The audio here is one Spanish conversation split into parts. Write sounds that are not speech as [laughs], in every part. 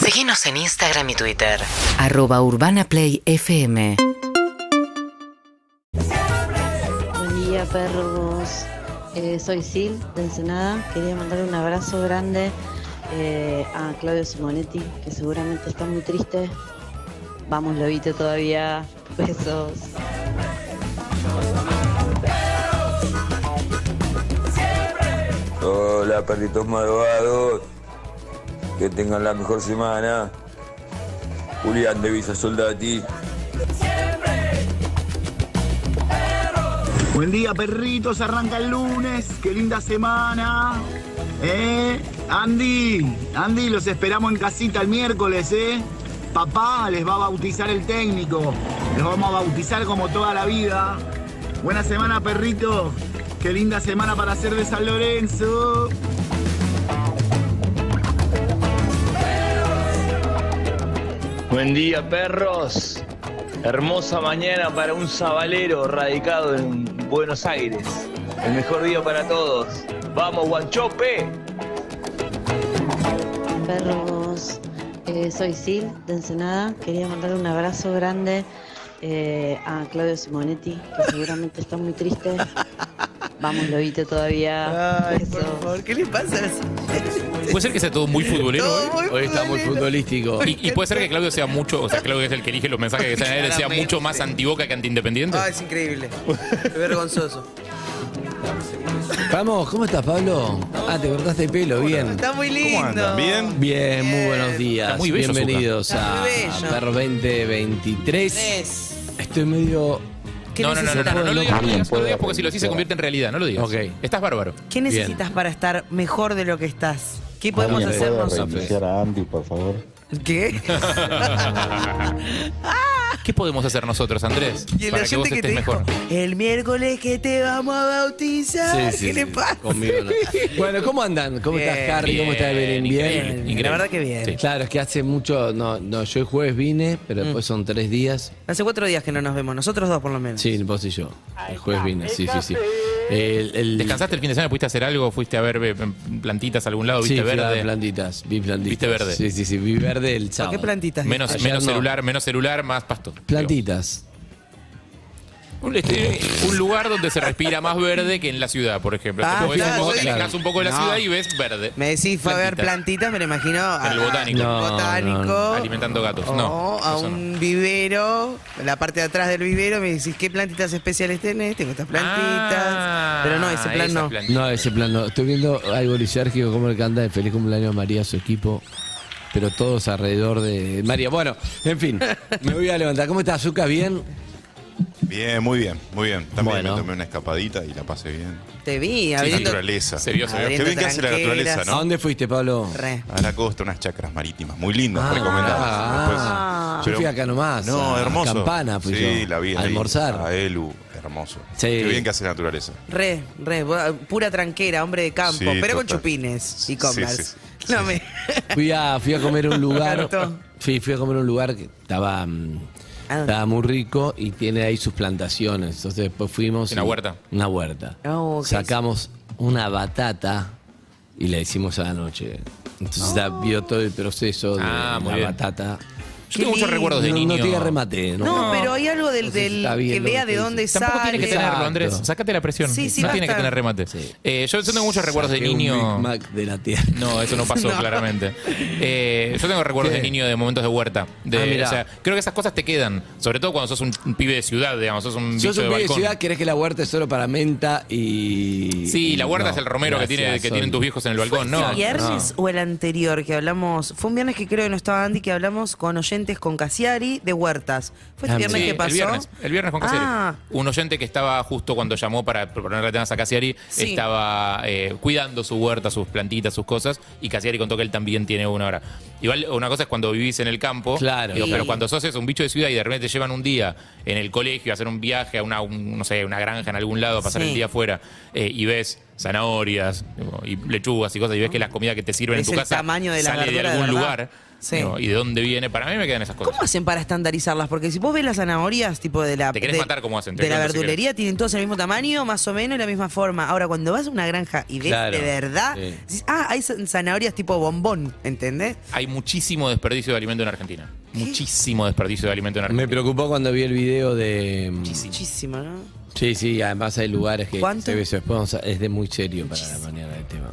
Seguinos en Instagram y Twitter. Arroba Urbana Play FM. Buen día, perros. Eh, soy Sil de Ensenada. Quería mandar un abrazo grande eh, a Claudio Simonetti, que seguramente está muy triste. Vamos, Lobito, todavía. [laughs] Besos. Hola, perritos malvados. Que tengan la mejor semana. Julián de Villa Soldati. Buen día, perritos. Arranca el lunes. Qué linda semana. ¿Eh? Andy, Andy, los esperamos en casita el miércoles, ¿eh? Papá les va a bautizar el técnico. Les vamos a bautizar como toda la vida. Buena semana, perrito. Qué linda semana para ser de San Lorenzo. Buen día, perros. Hermosa mañana para un sabalero radicado en Buenos Aires. El mejor día para todos. Vamos, Guanchope. Perros, eh, soy Sil de Ensenada. Quería mandar un abrazo grande eh, a Claudio Simonetti, que seguramente está muy triste. Vamos, Lobito, todavía. Ay, Besos. por favor, ¿qué le pasa? a esa gente? Puede ser que sea todo muy futbolero Todo hoy. muy Hoy está muy futbolero. futbolístico. Y, y puede ser que Claudio sea mucho, o sea, Claudio es el que elige los mensajes que salen a él, sea Claramente. mucho más antiboca que antiindependiente. Ah, es increíble. Qué vergonzoso. Vamos, ¿cómo estás, Pablo? Ah, te cortaste el pelo, bien. Está muy lindo. andan? ¿Bien? Bien, muy buenos Está días. muy bello, Bienvenidos Zucca. a Está muy bello. Perro 2023. Es. Estoy medio. ¿Qué No, no, no, no, no, necesitas? no, no lo digas, no lo digas, no lo digas, porque si lo puedo. decís se convierte en realidad, no lo digas. Ok. Estás bárbaro. ¿Qué necesitas para estar mejor de lo que estás? ¿Qué podemos Daniel, hacer ¿puedo nosotros? reiniciar a Andy, por favor? ¿Qué? ¿Qué podemos hacer nosotros, Andrés? Y el Para que oyente vos que, te estés dijo, mejor. el miércoles que te vamos a bautizar. Sí, sí, sí, ¿Qué le pasa? Conmigo [laughs] no. Bueno, ¿cómo andan? ¿Cómo Bien, estás, Harry? ¿Cómo estás, Belén? increíble, Bien. increíble. La verdad que bien. Mm. Sí. Claro, es que hace mucho. No, no, yo el jueves vine, pero después son tres días. Hace cuatro días que no nos vemos, nosotros dos por lo menos. Sí, vos y yo. El jueves vine, sí, sí, sí. El, el- ¿Descansaste el fin de semana? ¿Pudiste hacer algo? ¿Fuiste a ver eh, plantitas a algún lado? ¿Viste sí, fui a verde? plantitas, vi plantitas. ¿Viste verde? Sí, sí, sí, vi verde el ¿Por sábado. qué plantitas? Menos, Ayer menos no. celular, menos celular, más pasto. Plantitas. Un, este, un lugar donde se respira más verde que en la ciudad, por ejemplo. Ah, te podés- claro, vos te sí. alejás un poco de la No. ciudad y ves verde. Me decís, fue a ver Plantitas. plantitas, me lo imagino. En el a- botánico. a un No, botánico. no, Alimentando gatos. o No, a eso no. un vivero, la parte de atrás del vivero, me decís, ¿qué plantitas especiales tenés? Tengo estas plantitas. Ah, pero no, ese plan esas no. plantitas. No, ese plan no. Estoy viendo algo lisérgico, cómo le canta el feliz cumpleaños a María, a su equipo. Pero todos alrededor de María. Bueno, en fin, me voy a levantar. ¿Cómo estás, Azúcar? ¿Bien? Bien, muy bien, muy bien. También Bueno. me tomé una escapadita y la pasé bien. Te vi Sí, abriendo. Naturaleza. Se vio, se vio. Qué bien que hace la Abriendo naturaleza, ¿A ¿no? dónde fuiste, Pablo? Re. A la costa, unas chacras marítimas muy lindas, Ah, recomendadas. ah, Después- yo fui acá nomás, No, a hermoso. Campana fui sí, yo, la vi. a ahí, almorzar. A Elu, hermoso. Sí. Qué bien que hace la naturaleza. Re, re, bo- pura tranquera, hombre de campo, Sí, pero con total. chupines y Sí, commerce. sí, No me. Fui a, Ah, fui a comer a un Me lugar. encantó. Fui, fui a comer a un lugar que estaba, mm, ¿A dónde? estaba muy rico y tiene ahí sus plantaciones. Entonces después fuimos. Una y- huerta. Una huerta. Oh, ok. Sacamos una batata y la hicimos a la noche. Entonces ya vio todo el proceso de Ah, muy la bien. batata. Yo tengo muchos Qué recuerdos de no, niño. no te remate, ¿no? [laughs] No, pero hay algo del, No sé si del está bien que lo que vea de dice. dónde sale. Tampoco tiene que tenerlo, Exacto. Andrés. Sácate la presión. Sí, sí, no basta. tiene que tener remate. Sí. Eh, yo, yo tengo muchos recuerdos de Saqué un niño. Big Mac de la tierra. No, eso no pasó, [laughs] No. claramente. Eh, yo tengo recuerdos de ¿Qué? niño de momentos de huerta. De, Ah, mirá. o sea, creo que esas cosas te quedan. Sobre todo cuando sos un, un pibe de ciudad, digamos. Sos un bicho Sos un de pibe de balcón. ciudad, querés que la huerta es solo para menta y. Sí, la huerta no, es el romero que, tiene, gracias, que tienen son- tus viejos en el ¿Fue balcón, el ¿no? viernes o el anterior que hablamos? Fue un viernes que creo que no estaba Andy, que hablamos con oyentes con Casiari de Huertas. ¿Fue Ah, este viernes Sí, que pasó? El viernes, el viernes con Casiari. Ah, Un oyente que estaba justo cuando llamó para proponerle temas a Casiari, Sí. estaba eh, cuidando su huerta, sus plantitas, sus cosas, y Casiari contó que él también tiene una hora. Igual, una cosa es cuando vivís en el campo, Claro. digo, Sí. pero cuando sos es un bicho de ciudad y de repente te llevan un día en el colegio a hacer un viaje a una, un- no sé, una granja en algún lado, a pasar Sí. el día afuera, eh, y ves zanahorias digo, y lechugas y cosas, y ves que las comidas que te sirven Es en tu el casa tamaño de la sale de verdura de algún verdad. lugar. Sí. digo, y de dónde viene, para mí me quedan esas cosas. ¿Cómo hacen para estandarizarlas? Porque si vos ves las zanahorias, tipo de la. Te querés de- matar cómo hacen, te De la juro que sí verdulería, tienen todos el mismo tamaño, más o menos, y la misma forma. Ahora, cuando vas a una granja y ves Claro, de verdad. sí. decís, ah, hay zan- zanahorias tipo bombón, ¿entendés? Hay muchísimo desperdicio de alimento en Argentina. Muchísimo desperdicio de alimento en Argentina. Me preocupó cuando vi el video de. Muchísimo. Muchísimo, ¿no? Sí, sí, además hay lugares que ¿Cuánto? se ve su esposa. Es de muy serio para la mañana el tema.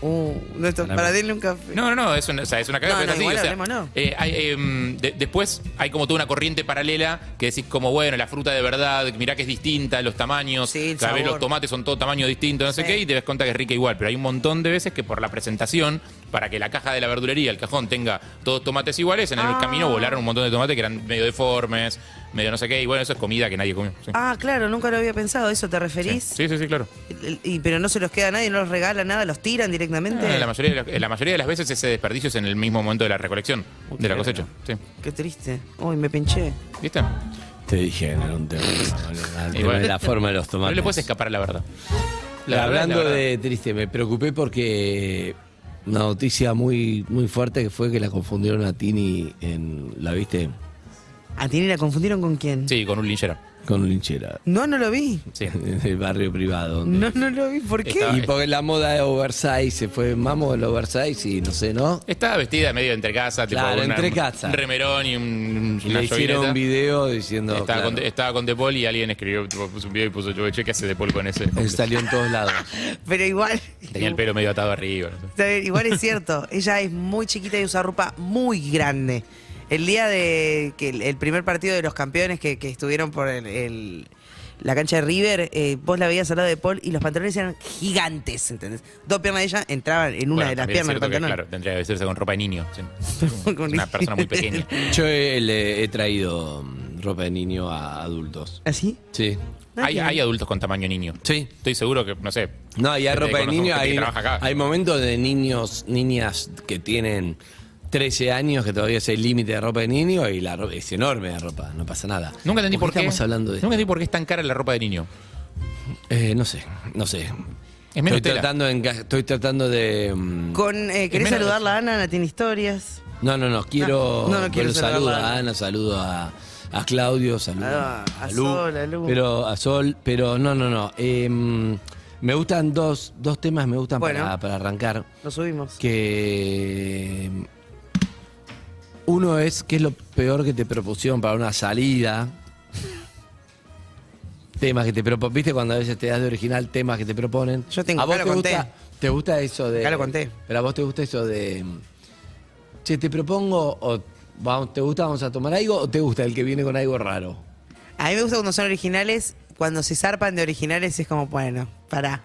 Uh, no, esto- Para para mí. denle un café. No, no, no, es una, o sea, es una No, cagada, pero es no, así, igual o sea, hablemos, no. eh, hay, em, de- después hay como toda una corriente paralela que decís como, bueno, la fruta de verdad, mirá que es distinta, los tamaños, Sí, el cada vez sabor. los tomates son todo tamaño distinto, no sé Sí. qué, y te das cuenta que es rica igual. Pero hay un montón de veces que por la presentación, para que la caja de la verdulería, el cajón, tenga todos tomates iguales, en el Ah. camino volaron un montón de tomates que eran medio deformes, medio no sé qué, y bueno, eso es comida que nadie comió. sí. Ah, claro, nunca lo había pensado. ¿A ¿Eso te sí. referís? sí, sí, sí, claro. El- y- pero no se los queda a nadie, no los regala nada, los tiran directamente. Ah, La mayoría, de la- la mayoría de las veces ese desperdicio es en el mismo momento de la recolección, de la cosecha. Sí. Qué triste. Uy, me pinché. ¿Viste? Te dije, no era un tema. boludo, el Y tema bueno. de la forma de los No tomates. le puedes escapar a la verdad. La verdad es la Hablando verdad. de triste, me preocupé porque una noticia muy, muy fuerte que fue que la confundieron a Tini en. ¿La viste? ¿A Tini la confundieron con quién? Sí, con un linchera. Con un linchera. No, no lo vi. [laughs] Sí. En el barrio privado. donde- No, no lo vi. ¿Por qué? Estaba- Y porque la moda es oversize, se fue mamo el oversize y no sé, ¿no? Estaba vestida medio entre casa, tipo Claro, una- entre casa. un remerón y un, Y una le hicieron llovineta. un video diciendo. estaba, claro, con, estaba con De Paul y alguien escribió, tipo, puso un video y puso yo, che, ¿qué hace De Paul con ese? él salió en todos lados. [laughs] Pero igual. [laughs] Tenía el pelo medio atado arriba. no sé. Está bien, Igual es cierto. [laughs] Ella es muy chiquita y usa ropa muy grande. El día de que el, el primer partido de los campeones que, que estuvieron por el, el- la cancha de River, eh, vos la veías al lado de Paul y los pantalones eran gigantes, ¿entendés? Dos piernas de ella entraban en una Bueno, de las también es piernas del cierto que, pantalón. Claro, tendría que vestirse con ropa de niño. sí. Con Es una un- persona muy pequeña. Yo he, le he traído mm, ropa de niño a adultos. ¿Así? Ah, Sí. Hay, hay adultos con tamaño niño. Sí. Estoy seguro que, no sé. No, y hay gente que ropa de conocemos, niño. gente que Hay, trabaja acá. hay momentos de niños, niñas que tienen 13 años que todavía es el límite de ropa de niño y la ropa es enorme de ropa, no pasa nada. Nunca entendí por qué. estamos hablando de Nunca entendí por qué es tan cara la ropa de niño. esto? Eh, no sé, no sé. Es menos Estoy tela. tratando, de enca- estoy tratando de. mm, Con, eh, ¿Querés Es menos- saludarla, Ana? Ana tiene historias. No, no, no, Oh, quiero. No, no quiero bueno, saludarla. saludo a Ana, saludo a, a Claudio, saludo Ah, a Lu, Sol, a Lu. Pero, a Sol, pero no, no, no. eh, me gustan dos, dos temas, me gustan Bueno. para, para arrancar. Lo subimos. Que. mm, Uno es, ¿qué es lo peor que te propusieron para una salida? Temas que te proponen. ¿Viste cuando a veces te das de original temas que te proponen? Yo tengo, ¿A vos acá te lo gusta, conté. ¿Te gusta eso de. Acá lo conté. Pero a vos te gusta eso de. mm, Che, te propongo, o vamos, ¿te gusta, vamos a tomar algo? ¿O te gusta el que viene con algo raro? A mí me gusta cuando son originales. Cuando se zarpan de originales es como, bueno, pará.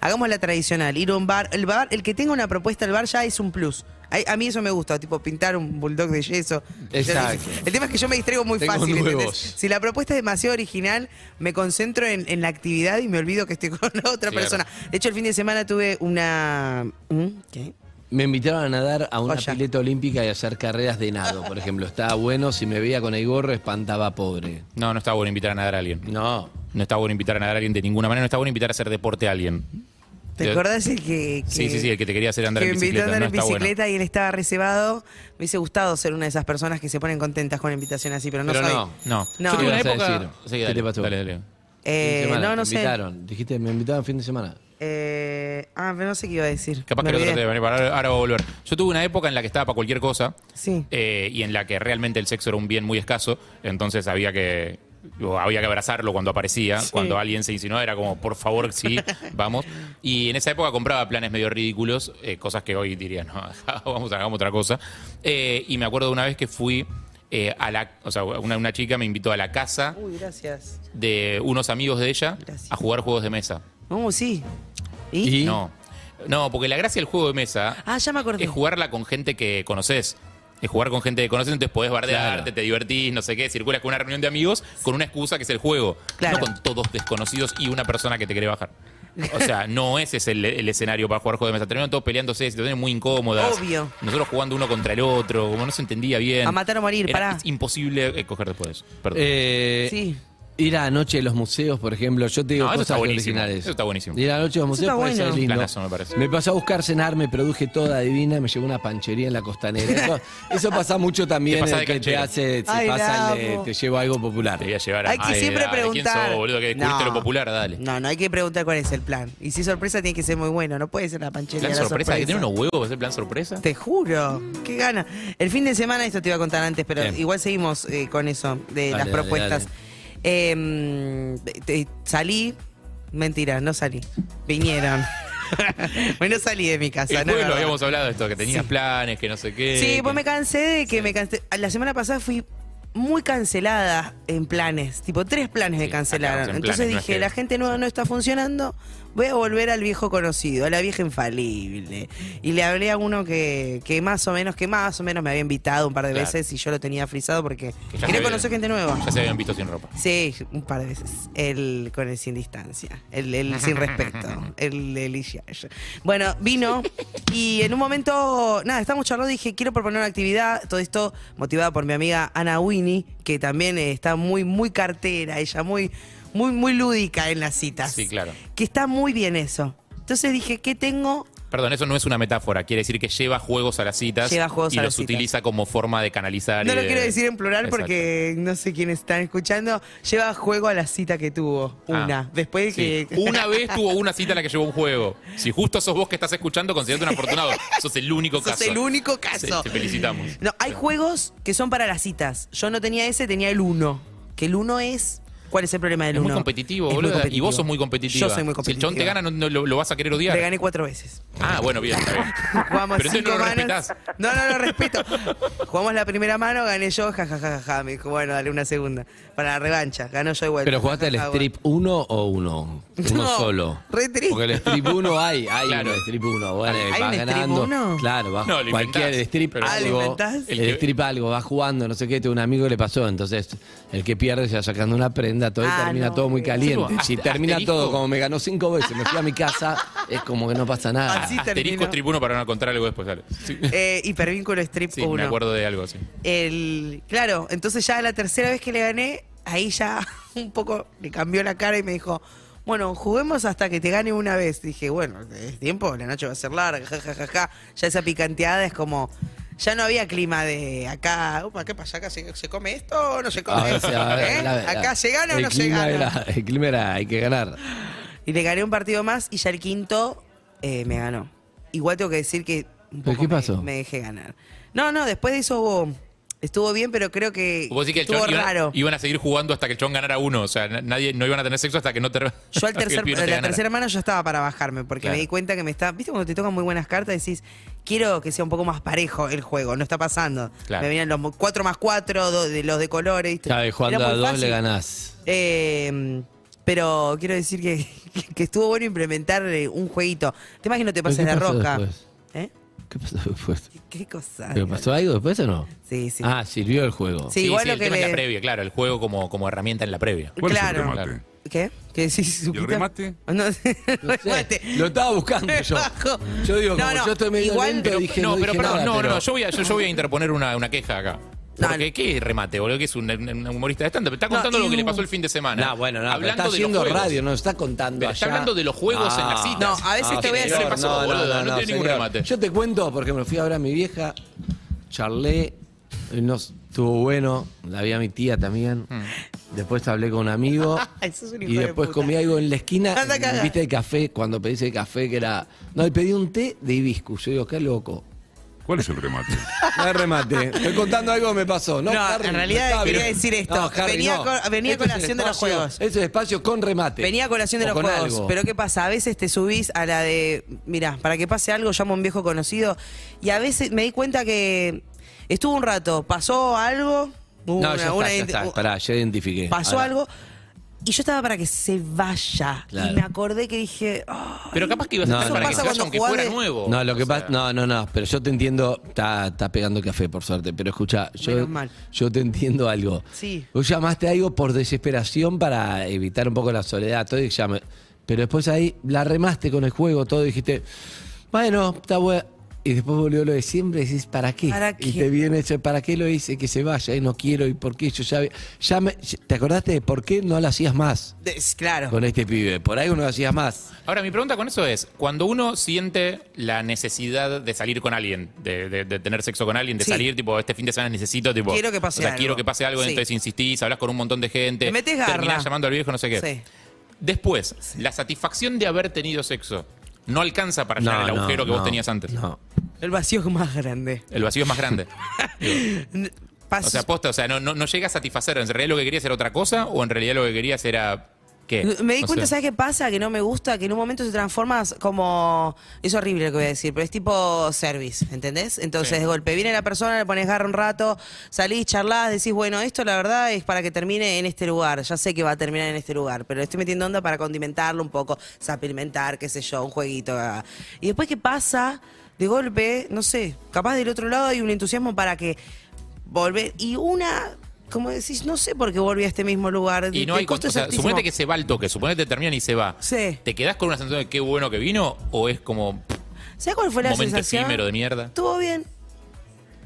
Hagamos la tradicional. Ir a un bar. El bar, el que tenga una propuesta al bar ya es un plus. Ay, A, mí eso me gusta, tipo pintar un bulldog de yeso. Exacto. El tema es que yo me distraigo muy Tengo fácil. ¿entendés? nuevos. Si la propuesta es demasiado original, me concentro en, en la actividad y me olvido que estoy [laughs] con otra Claro. persona. De hecho, el fin de semana tuve una... ¿Mm? ¿Qué? Me invitaron a nadar a una Joya. pileta olímpica y a hacer carreras de nado, por ejemplo. Estaba bueno, si me veía con el gorro, espantaba pobre. No, no está bueno invitar a nadar a alguien. No. No está bueno invitar a nadar a alguien de ninguna manera. No está bueno invitar a hacer deporte a alguien. ¿Te Yo- acordás el que, que- Sí, sí, sí, el que te quería hacer andar que en me invitó bicicleta. a andar no en está bueno. bicicleta y él estaba reservado? Me hubiese gustado ser una de esas personas que se ponen contentas con la invitación así, pero no Pero soy. no. No. No. Yo tuve ¿Qué una ibas a época. decir? Sí, ¿Qué dale, te pasó? Dale, dale. Eh, Fin de semana, no, no te sé. Invitaron. Dijiste, me invitaron fin de semana. Eh, ah, pero no sé qué iba a decir. Capaz Me que el otro olvidé. te va a preparar, ahora va a volver. Yo tuve una época en la que estaba para cualquier cosa Sí. eh, y en la que realmente el sexo era un bien muy escaso, entonces había que o había que abrazarlo cuando aparecía, Sí. cuando alguien se insinuaba era como, por favor, [laughs] sí, vamos. Y en esa época compraba planes medio ridículos, eh, cosas que hoy diría, no, [laughs] vamos, hagamos otra cosa. Eh, y me acuerdo de una vez que fui eh, a la, o sea, una, una chica me invitó a la casa Uy, gracias. de unos amigos de ella Gracias. a jugar juegos de mesa. No, Uh, sí. ¿Y? ¿Y? No. No, porque la gracia del juego de mesa Ah, ya me acordé. es jugarla con gente que conoces. Es jugar con gente que conoces, entonces podés bardearte, Claro. te divertís, no sé qué, circulas con una reunión de amigos con una excusa que es el juego. Claro. No con todos desconocidos y una persona que te quiere bajar. O [laughs] sea, no ese es el, el escenario para jugar juego de mesa. Terminaron todos peleándose, situaciones muy incómodas. Obvio. Nosotros jugando uno contra el otro, como no se entendía bien. A matar o morir, Era pará. es imposible eh, coger después de eso. Perdón. Eh, Sí. Ir a la noche de los museos, por ejemplo, yo te digo No, eso está cosas buenísimo, originales. eso está buenísimo. Ir a la noche de los Eso museos está puede bueno. ser lindo. Planazo, me parece. pasó a buscar cenar, me produje toda divina, me llevó una panchería en la costanera. Eso, eso pasa mucho también Te pasás el de que te canchero. hace, se Ay, pasa la el de- amo. te llevo algo popular. Te voy a llevar a Hay que Ay, siempre dale, ¿quién preguntar. sos, boludo? Que No. descubriste lo popular, dale. No, no hay que preguntar cuál es el plan. Y si sorpresa tiene que ser muy bueno, no puede ser la panchería. Plan la sorpresa, sorpresa, hay que tener unos huevos para hacer plan sorpresa. Te juro, qué gana. El fin de semana, esto te iba a contar antes, pero Bien. igual seguimos eh, con eso, Dale, de las dale, propuestas. dale. Eh, te- salí, mentira, no salí. Vinieron. [laughs] bueno, salí de mi El casa. no, jueves no, lo no. habíamos hablado de esto, que tenías planes, que no sé qué. Sí, que- pues me cansé de que me cansé. La semana pasada fui muy cancelada en planes. Tipo, tres planes me Sí, acá cancelaron. en Entonces planes, no es dije, que- la gente nueva no está funcionando, voy a volver al viejo conocido, a la vieja infalible. Y le hablé a uno que, que más o menos, que más o menos me había invitado un par de Claro. veces y yo lo tenía frisado porque Que ya quería se conocer habían- gente nueva. Ya se habían visto sin ropa. Sí, un par de veces. El con el sin distancia, el, [laughs] el sin respeto, el, el Ishiash. Bueno, vino y en un momento, nada, estábamos charlando y dije, quiero proponer una actividad, todo esto motivada por mi amiga Ana Winnie, que también eh, está muy, muy cartera, ella muy, muy, muy lúdica en las citas. Sí, claro. Que está muy bien eso. Entonces dije, ¿qué tengo? Perdón, eso no es una metáfora. Quiere decir que lleva juegos a las citas Lleva juegos y a las los citas. utiliza como forma de canalizar. No y lo de- quiero decir en plural Exacto. porque no sé quién están escuchando. Lleva juego a la cita que tuvo. Ah, Una. Después de sí. que. Una vez tuvo una cita a la que llevó un juego. Si justo sos vos que estás escuchando, considerate un afortunado. Sos el único Sos caso. el único caso. Sí, te felicitamos. No, hay juegos que son para las citas. Yo no tenía ese, tenía el uno. Que el uno es. ¿Cuál es el problema del Es muy uno? competitivo, Es muy boludo. Y competitivo. vos sos muy competitiva. Yo soy muy Si el competitivo. chon te gana, no, no lo, lo vas a querer odiar. Le gané cuatro veces. Ah, bueno, bien, está bien. Jugamos [laughs] Pero entonces cinco no lo manos. respetás. No, no lo respeto. Jugamos la primera mano, gané yo, jajajaja. Me dijo, bueno, dale una segunda. Para la revancha, ganó yo igual. ¿Pero jugaste al Ja, ja, bueno. strip 1 o uno? Uno No, solo. re triste. Porque el strip 1 hay, hay Claro. un strip 1. Bueno, ¿Hay vas un strip ganando. uno? Claro, vas, No, lo cualquier inventás, strip pero- Ah, ¿lo algo. inventás? El El, que- strip algo, vas jugando, no sé qué, a un amigo le pasó. Entonces, el que pierde se va sacando una prenda, todo Ah, y termina no, todo muy mira. caliente. Sí, Si como termina asterisco. todo como me ganó cinco veces, me fui a mi casa, es como que no pasa nada. Así Asterisco terminó. tribuno para no contar algo después. Dale. Sí, Eh, hipervínculo strip Sí, me uno. acuerdo de algo así. El, claro, entonces ya la tercera vez que le gané, ahí ya [laughs] un poco le cambió la cara y me dijo, bueno, juguemos hasta que te gane una vez. Dije, bueno, es tiempo, la noche va a ser larga, ja, ja, ja, ja. Ya esa picanteada es como, ya no había clima de acá, upa, ¿qué pasa? ¿Acá se, se come esto o no se come Ah, o esto? sea, ¿Eh? la- la- ¿Acá se gana o el no se clima gana? era- el clima era, hay que ganar. Y le gané un partido más y ya el quinto eh, me ganó. Igual tengo que decir que un ¿Pero poco qué me- pasó? Me, dejé ganar. No, no, después de eso hubo- estuvo bien, pero creo que, Vos decís que el estuvo chon iban, raro. iban a seguir jugando hasta que el chon ganara uno. O sea, na- nadie, no iban a tener sexo hasta que no te. Yo al [laughs] hasta que el tercer, pibe no te la ganara. tercera mano yo estaba para bajarme, porque Claro. me di cuenta que me está. ¿Viste cuando te tocan muy buenas cartas? Decís, quiero que sea un poco más parejo el juego, no está pasando. Claro. Me venían los 4 más 4, de los de colores. ¿viste? Sabes, jugando Era a muy dos le fácil. ganás. Eh, pero quiero decir que, [laughs] que- que estuvo bueno implementar eh, un jueguito. Te que no te pases ¿Pero la qué pasó roca. después? ¿Eh? ¿Qué pasó después? ¿Qué cosa? ¿Pero pasó algo después o no? Sí, sí. Ah, sirvió el juego. Sí, Sí, igual sí, lo el que tema es le- la previa, claro, el juego como, como herramienta en la previa. ¿Cuál es el Claro. remate? Claro. ¿Qué? ¿Qué decís, ¿Y el Supita? remate? [laughs] No, el No sé, remate. Lo estaba buscando Me yo. bajo. Yo digo, No, como no, yo estoy medio igual- lento, Pero- dije, no, no, pero dije perdón, nada, no, pero- no, yo voy a, yo, yo voy a interponer una, una queja acá. No, Porque, ¿qué es remate, boludo? Que es un, un- un humorista de stand-up. Está contando No, lo que y- le pasó el fin de semana. No, bueno, no, pero Hablando está de los haciendo juegos. radio, no está contando Pero está allá. hablando de los juegos en las citas. No, a veces te voy a Ah, señor, decir- ¿Qué le pasó, boludo? No tiene ningún señor. remate. Yo te cuento, porque me fui a ver a mi vieja, charlé, eh, no estuvo bueno, la vi a mi tía también. Hmm. Después hablé con un amigo Eso es un hijo y de después puta. comí algo en la esquina. Anda a cagar. Viste el café, cuando pedís el café que era... No, y pedí un té de hibiscus. Yo digo, qué loco. ¿Cuál es el remate? [laughs] No hay remate. Estoy contando algo que me pasó. No, No, Harry, en realidad está quería bien. decir esto. Harry, Venía con- venía Esto es colación de los espacio- juegos. Eso es espacio con remate. Venía a colación de O los con juegos. algo. Pero ¿qué pasa? A veces te subís a la de, mira, para que pase algo llamo a un viejo conocido. Y a veces me di cuenta que estuvo un rato, pasó algo. hubo no, una- ya está, una ya ident- está. Pará, ya identifiqué. pasó Ahora, algo. Y yo estaba para que se vaya. Claro. Y me acordé que dije, "Ah, "Ay". Pero capaz que ibas a No, estar no, para no. que Eso se pasa vaya, aunque cuando fuera jugás de- nuevo. [laughs] No, lo O que sea, pasa, no, no, no, pero yo te entiendo, está, está pegando café por suerte, pero escucha, yo, Menos mal. yo te entiendo algo. Sí. Vos llamaste algo por desesperación para evitar un poco la soledad, todo y llame. Pero después ahí la remaste con el juego, todo y dijiste, bueno, está bueno. y después volvió lo de siempre y decís, ¿para qué? ¿Para Y qué? te viene eso, ¿para qué lo hice? Que se vaya, y no quiero, y por qué yo ya... vi- ya me- ¿Te acordaste de por qué no lo hacías más Des- claro. con este pibe? Por ahí uno lo hacías más. Ahora, mi pregunta con eso es, cuando uno siente la necesidad de salir con alguien, de, de- de tener sexo con alguien, de Sí. salir, tipo, este fin de semana necesito, tipo... Quiero que pase o sea, algo. quiero que pase algo, Sí. entonces insistís, hablas con un montón de gente. Te metes garra. terminás llamando al viejo, no sé qué. Sí. Después, la satisfacción de haber tenido sexo no alcanza para llenar el agujero que vos no, tenías antes. No. El vacío es más grande. El vacío es [laughs] más grande. N- o pas- sea, posta, o sea, no, no, no llega a satisfacer. ¿En realidad lo que querías era otra cosa o en realidad lo que querías era qué? me di No cuenta, sé. ¿sabes qué pasa? Que no me gusta, que en un momento se transformas como. Es horrible lo que voy a decir, pero es tipo service, ¿entendés? Entonces, Sí. de golpe, viene la persona, le pones garra un rato, salís, charlás, decís, bueno, esto la verdad es para que termine en este lugar. Ya sé que va a terminar en este lugar, pero le estoy metiendo onda para condimentarlo un poco, sapimentar, qué sé yo, un jueguito. ah. Y después, ¿qué pasa? De golpe, no sé, capaz del otro lado hay un entusiasmo para que volver. Y una. Como decís, no sé por qué volví a este mismo lugar. Y no Te hay con- costo o sea, es altísimo. suponete que se va el toque, suponete que terminan y se va. Sí. ¿Te quedás con una sensación de qué bueno que vino o es como pff, ¿Sabes cuál fue la momento sensación? efímero de mierda? Estuvo bien.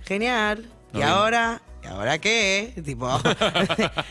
Genial. No y bien. ahora, ¿y ahora qué? [laughs] Tipo.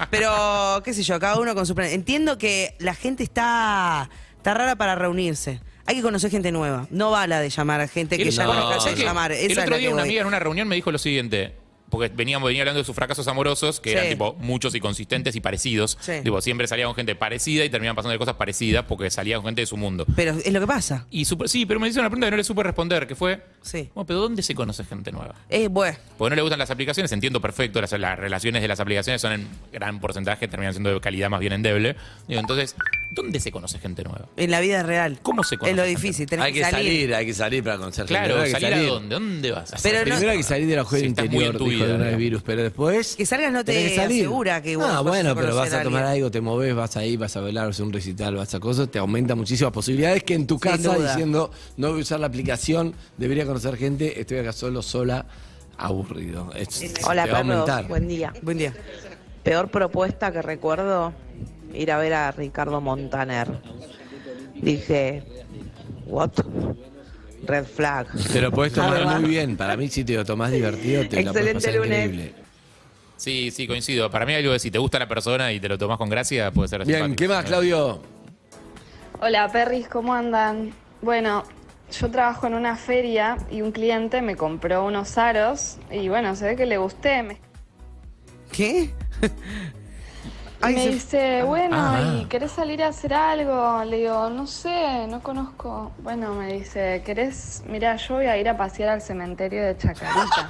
Pero, qué sé yo, cada uno con su plan. Entiendo que la gente está, está rara para reunirse. Hay que conocer gente nueva. No va la de llamar a gente que El- ya no, no, ¿sabes alcanzas qué? a llamar. Esa El es otro la día que una voy. amiga en una reunión me dijo lo siguiente. Porque veníamos, venía hablando de sus fracasos amorosos, que Sí. eran tipo muchos y consistentes y parecidos. Sí. Tipo, siempre salía con gente parecida y terminaban pasando de cosas parecidas porque salía con gente de su mundo. Pero es lo que pasa. Y supe- sí, pero me hizo una pregunta que no le supe responder, que fue, Sí. bueno, pero ¿dónde se conoce gente nueva? Es bueno. Porque no le gustan las aplicaciones, entiendo perfecto, las, las relaciones de las aplicaciones son en gran porcentaje, terminan siendo de calidad más bien endeble. Digo, entonces, ¿dónde se conoce gente nueva? En la vida real. ¿Cómo se conoce Es lo gente? difícil. Tenés Hay que salir. hay que salir para conocer gente, Claro, hay que ¿salir, a dónde? ¿Dónde vas? Pero no- Primero hay que salir del agujero Si estás muy interior, en tu dijo vida, el digamos. virus, pero después... Que salgas no tenés te que salir. asegura que vos Ah, vas a bueno, pero conocer vas a tomar alguien. algo, te moves, vas ahí, vas a velar, vas a un recital, vas a cosas, te aumenta muchísimas posibilidades que en tu Sin casa duda. diciendo, no voy a usar la aplicación, debería conocer gente, estoy acá solo, sola, aburrido. Es- Hola, te va a perros. aumentar. Buen día. Buen día. Peor propuesta que recuerdo, ir a ver a Ricardo Montaner. Dije, what? Red flag. Te lo puedes tomar Además. muy bien, para mí si te lo tomás divertido, te la puedes Excelente pasar lunes. increíble. Sí, sí, coincido. Para mí algo de si te gusta la persona y te lo tomás con gracia, puede ser Bien, simpático. ¿qué más, Claudio? Hola perris, ¿cómo andan? Bueno, yo trabajo en una feria y un cliente me compró unos aros y bueno, se ve que le gusté. Me, ¿Qué? Ay, me se- dice, bueno, Ah. ¿y querés salir a hacer algo? Le digo, no sé, no conozco. Bueno, me dice, ¿querés? Mira, yo voy a ir a pasear al cementerio de Chacarita.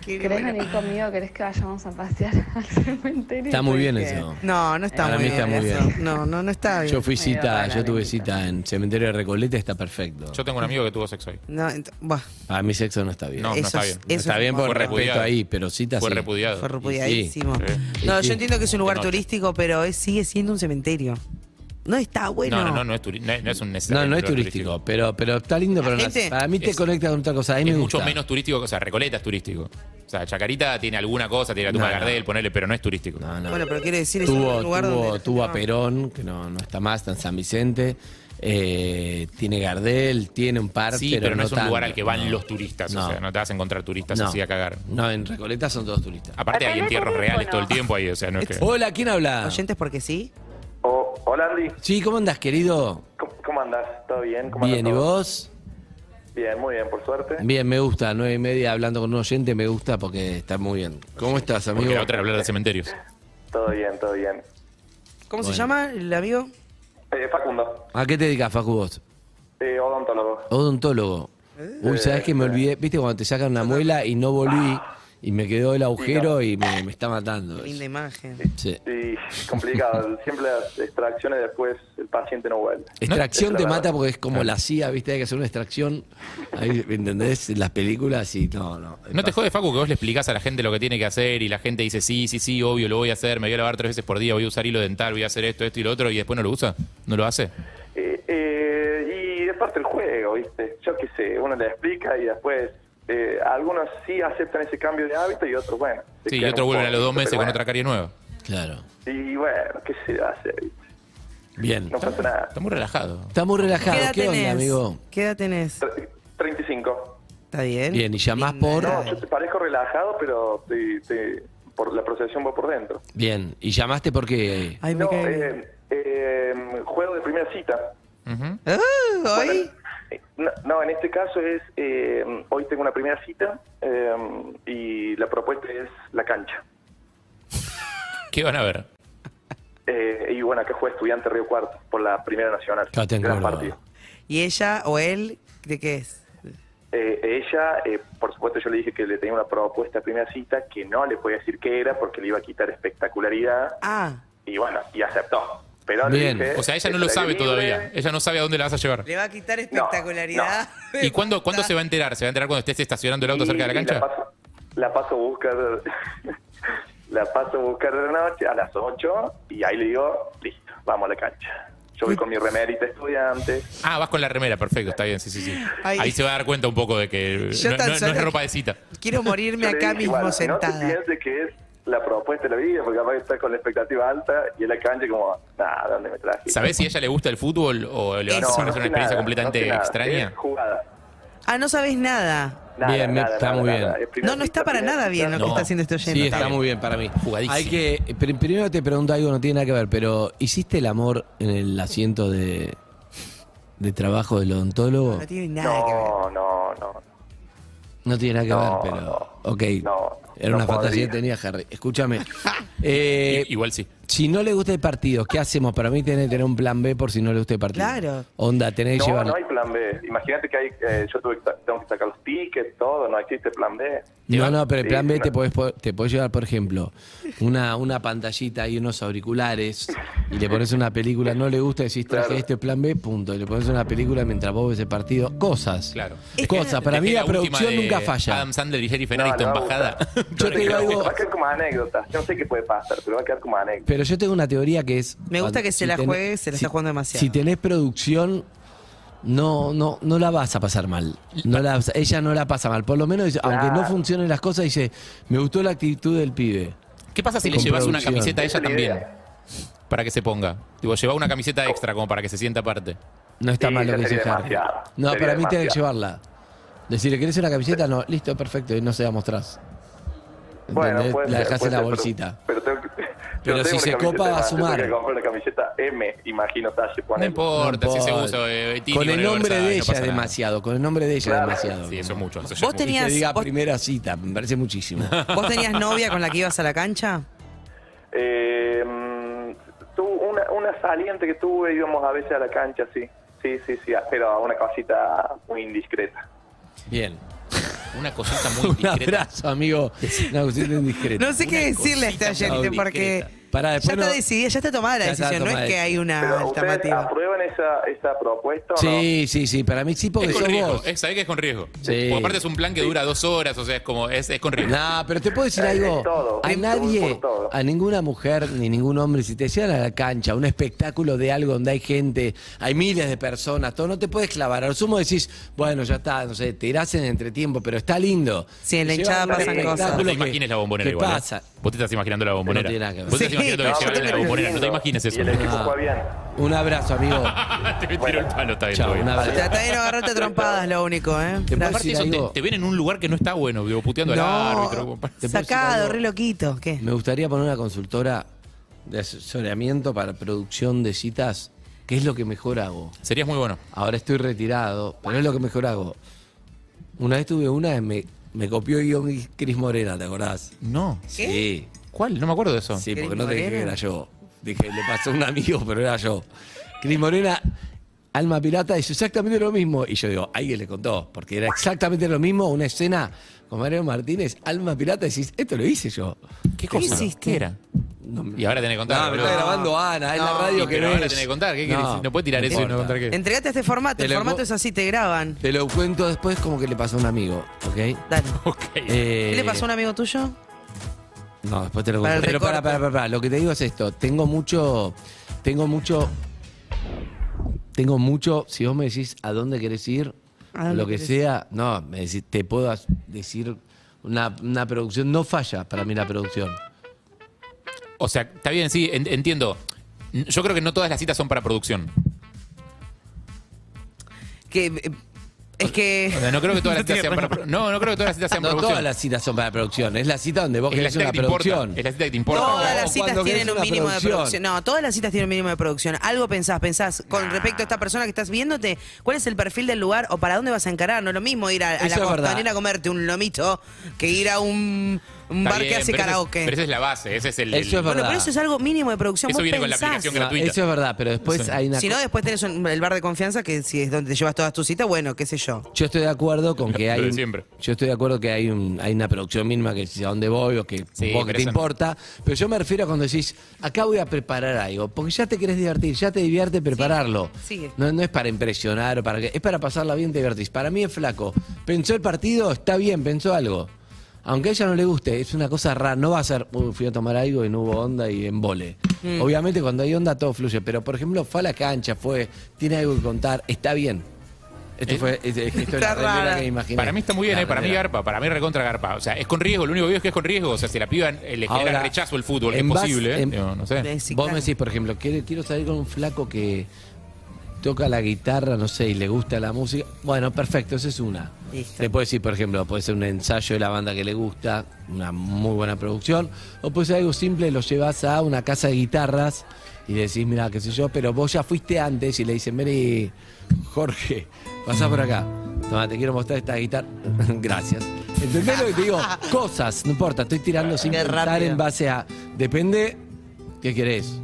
Qué ¿Querés bueno. venir conmigo? ¿Querés que vayamos a pasear al cementerio? Está muy bien Dije, eso. No, no está Para muy mí está bien. muy eso. bien. No, no, no está bien. Yo fui Medio cita, rara yo la tuve invitación. cita en Cementerio de Recoleta, está perfecto. Yo tengo un amigo que tuvo sexo hoy. No, ent- buah, A mi sexo no está bien. No, no eso está es- bien. eso está es bien como- por Fue respeto repudiado. ahí, pero cita Fue sí. repudiado. Fue repudiadísimo. Sí. No, Sí. yo entiendo que es un lugar Se nota. turístico, pero es- sigue siendo un cementerio. No está bueno. No, no, no, no es, turi- no es- no es un No, necesario. no es turístico, pero, pero está lindo, La pero no- gente- para mí te Es- conecta con otra cosa. A mí Es me mucho gusta. menos turístico que, o sea, Recoleta es turístico. O sea, Chacarita tiene alguna cosa, tiene la tumba No, de no. Gardel, ponerle, pero no es turístico. No, no. Bueno, pero quiero decir, es tuvo, un lugar tuvo- donde. la gente tuvo a va. Perón, que no, no está más, está en San Vicente. Eh, tiene Gardel, tiene un par, Sí, pero, no es un tanto. lugar al que van No. los turistas. No. O sea, no te vas a encontrar turistas No. así a cagar. No, en Recoleta son todos turistas. Aparte hay Acá no hay entierros reales teléfono. todo el tiempo ahí, o sea, no es que... Hola, ¿quién habla? Oyentes porque sí. hola Andy, Sí, ¿cómo andas, querido? ¿Cómo, andas? ¿Todo bien? Bien, ¿y vos? Bien, muy bien, por suerte. Bien, me gusta. Nueve y media hablando con un oyente, me gusta porque está muy bien. ¿Cómo estás, amigo? Porque la otra era hablar de cementerios. Todo bien, todo bien. Eh, ¿Cómo se Bueno. llama el amigo? Facundo, eh, ¿A qué te dedicas, Facu, vos? odontólogo. Odontólogo. Eh, Uy, ¿sabes que me olvidé? ¿Viste cuando te sacan una muela y no volví? Y me quedó el agujero y me, me está matando. Linda eso. imagen. Sí. Y [laughs] complicado, siempre las extracciones después el paciente no vuelve. Extracción te Es la mata verdad. Ah. porque es como la CIA, ¿viste? Hay que hacer una extracción. Ahí, ¿me ¿Entendés? En Las películas y no, no. No te jode, Facu, que vos le explicás a la gente lo que tiene que hacer y la gente dice, sí, sí, sí, obvio, lo voy a hacer, me voy a lavar tres veces por día, voy a usar hilo dental, voy a hacer esto, esto y lo otro, y después no lo usa, no lo hace. Eh, eh, y es parte del juego, ¿viste? este, Yo qué sé, uno le explica y después eh, algunos sí aceptan ese cambio de hábito y otros, bueno. se Sí, y quedan otro un vuelven a poco, los dos meses pero con bueno. otra carie nueva. Claro. Y bueno, ¿qué se hace? ¿viste? Bien. No pasa nada. Está muy relajado. Está muy relajado. ¿Qué, onda, amigo? ¿Qué edad tenés? Tre- 35. Está bien. Bien, y llamás por. No, yo te parezco relajado, pero te- te- por la procesión va por dentro. Bien, y llamaste porque. no, eh, eh, juego de primera cita. Uh, ¿Hoy? No, no, en este caso es, eh, hoy tengo una primera cita eh, y la propuesta es la cancha. ¿Qué van a ver? Eh, y bueno, acá juega Estudiante Río Cuarto por la Primera Nacional. Gran partido. ¿Y ella o él de qué es? Eh, ella, eh, por supuesto, yo le dije que le tenía una propuesta de primera cita que no le podía decir qué era porque le iba a quitar espectacularidad. Ah. Y bueno, y aceptó. Pero le Bien. dije, O sea, ella no lo "Es sabe libre". todavía. Ella no sabe a dónde la vas a llevar. ¿Le va a quitar espectacularidad? ¿Y cuándo, [laughs] cuándo se va a enterar? ¿Se va a enterar cuando estés estacionando el auto Y cerca de la cancha? paso, la paso a buscar. [laughs] la paso a buscar de noche a las 8 y ahí le digo, listo, vamos a la cancha. Yo voy con mi remerita estudiante. Ah, vas con la remera, perfecto, está bien, sí, sí, sí. Ay. Ahí se va a dar cuenta un poco de que Yo no, tan no- no solo- es ropa de cita. Quiero morirme Yo le acá dije, mismo "Bueno, No te sentada. pienses que es la propuesta de la vida, porque capaz que estás con la expectativa alta y en la cancha como, nada, ¿dónde me trajiste? ¿Sabés si a ella le gusta el fútbol o le va a parecer No, no sé una experiencia nada, no completamente sé nada. extraña? Es jugada. Ah, no sabes nada. Nada, Bien, nada, está nada, muy nada. bien. Es primera No, no está cita, para primera nada cita. bien lo No. que está haciendo este oyente. Sí, está muy bien para mí. Jugadísimo. Hay que. pr- Primero te pregunto algo, no tiene nada que ver, pero ¿hiciste el amor en el asiento de, de trabajo del odontólogo? No tiene nada que ver. No, no, no. No tiene nada que No, ver, pero. Ok. no, Era no una fantasía podría. que tenía Harry. Escúchame. Eh, I- Igual sí. si no le gusta el partido, ¿qué hacemos? Para mí tenés que tener un plan B por si no le gusta el partido. Claro. Onda, tenés que No, llevar. no hay plan B. Imagínate que hay, eh, yo tuve que sa- tengo que sacar los tickets, todo, no existe plan B. No, no, pero el Sí, plan B una- te podés, po- te podés llevar, por ejemplo, una, una pantallita y unos auriculares y le pones una película, no le gusta, decís traje Claro. este plan B, punto. Y le pones una película mientras vos ves el partido. Cosas. Claro. Cosas. Para Es que mí la, última producción de nunca falla. Adam Sandler y Jennifer No, Aniston no va a bajada. [laughs] gustar. Yo te digo algo- Va a quedar como anécdota. Yo no sé qué puede pasar, pero va a quedar como anécdota. Pero yo tengo una teoría que es. Me gusta cuando- que se la tenés- juegue, se la está jugando demasiado. Si tenés producción, no, no, no la vas a pasar mal. No la, ella no la pasa mal. Por lo menos, dice, aunque no Claro. funcionen las cosas, dice, me gustó la actitud del pibe. ¿Qué pasa si le Con llevas una producción. camiseta a ella Esa es la también? idea. Para que se ponga. Digo, lleva una Oh. camiseta extra como para que se sienta aparte. No está Sí, mal lo ya que dice sería Harry. demasiado. No, Sería para mí tenés que demasiado. llevarla. Decirle, ¿querés una camiseta? No, listo, perfecto, y no se la mostrás. ¿Entendés? puede la ser, puede dejás en la ser, pero- bolsita. Pero, tengo que- yo Pero tengo si una se camiseta copa, va a más, yo tengo sumar. que comprar la camiseta M, imagino, talle, No ponele. importa No si se importa. usa eh, Tini Con el nombre Versace, de no ella pasa nada. demasiado, con el nombre de ella Claro. demasiado. Sí, eso es mucho. eso ya es mucho. Vos Y tenías- que diga vos- primera cita, me [laughs] parece muchísimo. [laughs] ¿Vos tenías novia con la que ibas a la cancha? Eh, mm, tu- una, una saliente que tuve, íbamos a veces a la cancha, sí. Sí, sí, sí, ah, pero una cosita muy indiscreta. Bien. Una cosita muy [laughs] Un discreta. [laughs] abrazo, amigo. Una cuestión indiscreta. No sé qué decirle a este cosita oyente muy porque discreta. Pará, ya después está no- decidida, ya está tomada la Ya está decisión, no tomada es que la- hay una Pero ¿ustedes alternativa. aprueban esa, esa propuesta o Ah, Sí, sí, sí, para mí sí, porque Es con sos riesgo. vos. Es, sabés que es con riesgo. Sí. Porque aparte es un plan que dura dos horas, o sea, es como, es, es con riesgo. No, pero te puedo decir Eh, algo. es todo, A es nadie, Ah, por todo. a ninguna mujer ni ningún hombre, si te llevan a la cancha, un espectáculo de algo donde hay gente, hay miles de personas, todo, no te puedes clavar. Al sumo decís, bueno, ya está, no sé, te irás en entretiempo, pero está lindo. Sí, en la Te hinchada llevan a un pasan espectáculo Ah, cosas. No te que- imagines la bombonera que igual. ¿eh? pasa? Vos te estás imaginando la bombonera. tiene nada que ver. Vos te estás Sí. imaginando no? que se pero yo van a la lindo. bombonera. No te imagines eso. Y el equipo No. juega bien. Ah, Un abrazo, amigo. [laughs] te me tiro el palo, está bien. Chao, está bien. un abrazo. Tratá de no agarrarte a trompadas, lo único, ¿eh? Te La- puedo Aparte decir eso, te, algo. te ven en un lugar que no está bueno, digo, puteando al árbitro. No, como- decir sacado, algo? re loquito, ¿qué? Me gustaría poner una consultora de asesoramiento para producción de citas. ¿Qué es lo que mejor hago? Serías muy bueno. Ahora estoy retirado, pero es lo que mejor hago. Una vez tuve una, me, me copió el guión y Cris Morena, ¿te acordás? No. Sí, ¿Cuál? No me acuerdo de eso. sí, ¿Cris porque no te dije que Morena? era yo. Dije, le pasó a un amigo, pero era yo. Cris Morena, alma pirata, hizo exactamente lo mismo. Y yo digo, alguien le contó, porque era exactamente lo mismo, una escena con Mariano Martínez, alma pirata, y decís, esto lo hice yo. ¿Qué cosa? hiciste? ¿Qué era? Y ahora tenés que contar. No, me boludo. está grabando Ana, es la radio Sí, que pero no ahora es. tenés que contar, ¿qué querés? No podés tirar eso y no importa. contar qué. Entregate a este formato, Te el lo- formato es así, te graban. Te lo cuento después como que le pasó a un amigo, ¿ok? Dale. [laughs] Ok. Eh, ¿Qué le pasó a un amigo tuyo? No, después te lo Para el cuento. Pero para, recorte. para, para, para, lo que te digo es esto. Tengo mucho, tengo mucho, tengo mucho, si vos me decís a dónde querés ir, ¿A dónde lo que querés sea, no, me decís, te puedo as- decir una, una producción, no falla para mí la producción. O sea, está bien, sí, en- entiendo. N- Yo creo que no todas las citas son para producción. Que eh, Es que. O sea, no creo que todas [laughs] las citas sean para pro- No, no creo que todas las citas sean No para todas producción. las citas son para producción. Es la cita donde vos Es la querés cita una que te importa, producción. es la cita que te importa. Todas [laughs] No, las citas cuando tienen querés un una mínimo de producción. producción. No, todas las citas tienen un mínimo de producción. Algo pensás, pensás con respecto a esta persona que estás viéndote, cuál es el perfil del lugar o para dónde vas a encarar. No es lo mismo ir a, a Eso la es verdad. costanera a comerte un lomito que ir a un, un Está bar que bien, pero hace esa es- karaoke. pero esa es la base, ese es el. Eso el- es bueno, verdad. pero eso es algo mínimo de producción. Eso Vos viene con la pensás. aplicación No, gratuita. eso es verdad, pero después hay una Si no, después tenés un- el bar de confianza que si es donde te llevas todas tus citas, bueno, qué sé yo. Yo estoy de acuerdo con que Lo hay. de un- siempre. Yo estoy de acuerdo que hay, un, hay una producción mínima que dice a dónde voy o que Sí, vos pero que te eso no. importa. Pero yo me refiero a cuando decís, acá voy a preparar algo. Porque ya te querés divertir, ya te divierte prepararlo. sigue. No, no es para impresionar, o para que, es para pasarla bien, te divertís. Para mí es flaco. Pensó el partido, está bien, pensó algo. Aunque a ella no le guste, es una cosa rara. No va a ser, "Uy, fui a tomar algo y no hubo onda y embole. Mm. Obviamente cuando hay onda todo fluye. Pero por ejemplo, fue a la cancha, fue, tiene algo que contar, está bien. Esto ¿Eh? fue es- es- esto es Está la remera rara. que imaginé. Para mí está muy bien, La eh, para mí remera. garpa, para mí recontra garpa. O sea, es con riesgo, lo único que veo es que es con riesgo. O sea, si la piba eh, le genera Ahora, rechazo el fútbol, que es en base- posible, eh. en- Digo, no sé. Sí, Vos claro. me decís, por ejemplo, quiero, quiero salir con un flaco que toca la guitarra, no sé, y le gusta la música. Bueno, perfecto, esa es una. Listo. Le puedes decir, por ejemplo, puede ser un ensayo de la banda que le gusta, una muy buena producción, o puede ser algo simple, lo llevas a una casa de guitarras y le decís, mira, qué sé yo, pero vos ya fuiste antes y le dicen, Mary, Jorge, pasá por acá. Toma, te quiero mostrar esta guitarra. [laughs] Gracias. ¿Entendés lo [laughs] que te digo? Cosas, no importa, estoy tirando sin Qué pensar rápido. en base a. Depende, ¿qué querés?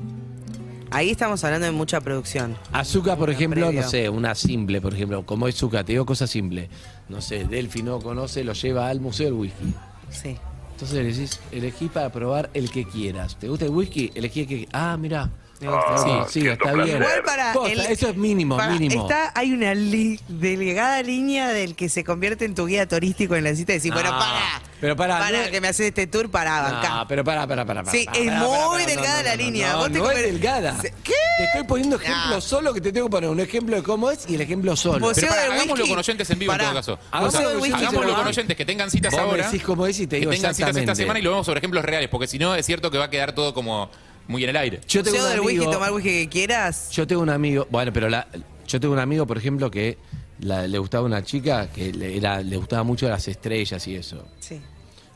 Ahí estamos hablando de mucha producción. Azúcar, por Una ejemplo, previa. no sé, una simple, por ejemplo, como es azúcar, te digo cosa simple. No sé, Delphi no conoce, lo lleva al Museo del Whisky. Sí. Entonces le decís, elegí para probar el que quieras. ¿Te gusta el whisky? Elegí el que. Ah, mirá. Ah, sí, sí, siento está bien. placer. Igual para Posta, el- eso es mínimo, Para- mínimo. Está, hay una li- delgada línea del que se convierte en tu guía turístico en la cita y decís, No, bueno, Ah, para. pero pará, Para no- que me haces este tour para Ah, bancar. pero pará, pará, pará. pará, Sí, pará, es pará, muy pará, pará, delgada la línea. No, Vos te no comer- es delgada. Se- ¿Qué? Te estoy poniendo ejemplo solo que te tengo que poner un ejemplo de cómo es y el ejemplo solo. Vos- Pero Museo pará, del hagámoslo Whisky. con oyentes en vivo Pará. en todo caso. Hagámoslo O sea, del whisky, hagámoslo se lo con va. oyentes que tengan citas Vos me ahora. decís cómo es y te digo que tengan citas esta exactamente. semana y lo vemos sobre ejemplos reales, porque si no es cierto que va a quedar todo como muy en el aire. Yo tengo Museo un del amigo- whisky, tomar whisky que quieras. Yo tengo un amigo, bueno, pero la, yo tengo un amigo, por ejemplo, que la- le gustaba una chica que le, era- le gustaba mucho las estrellas y eso. Sí.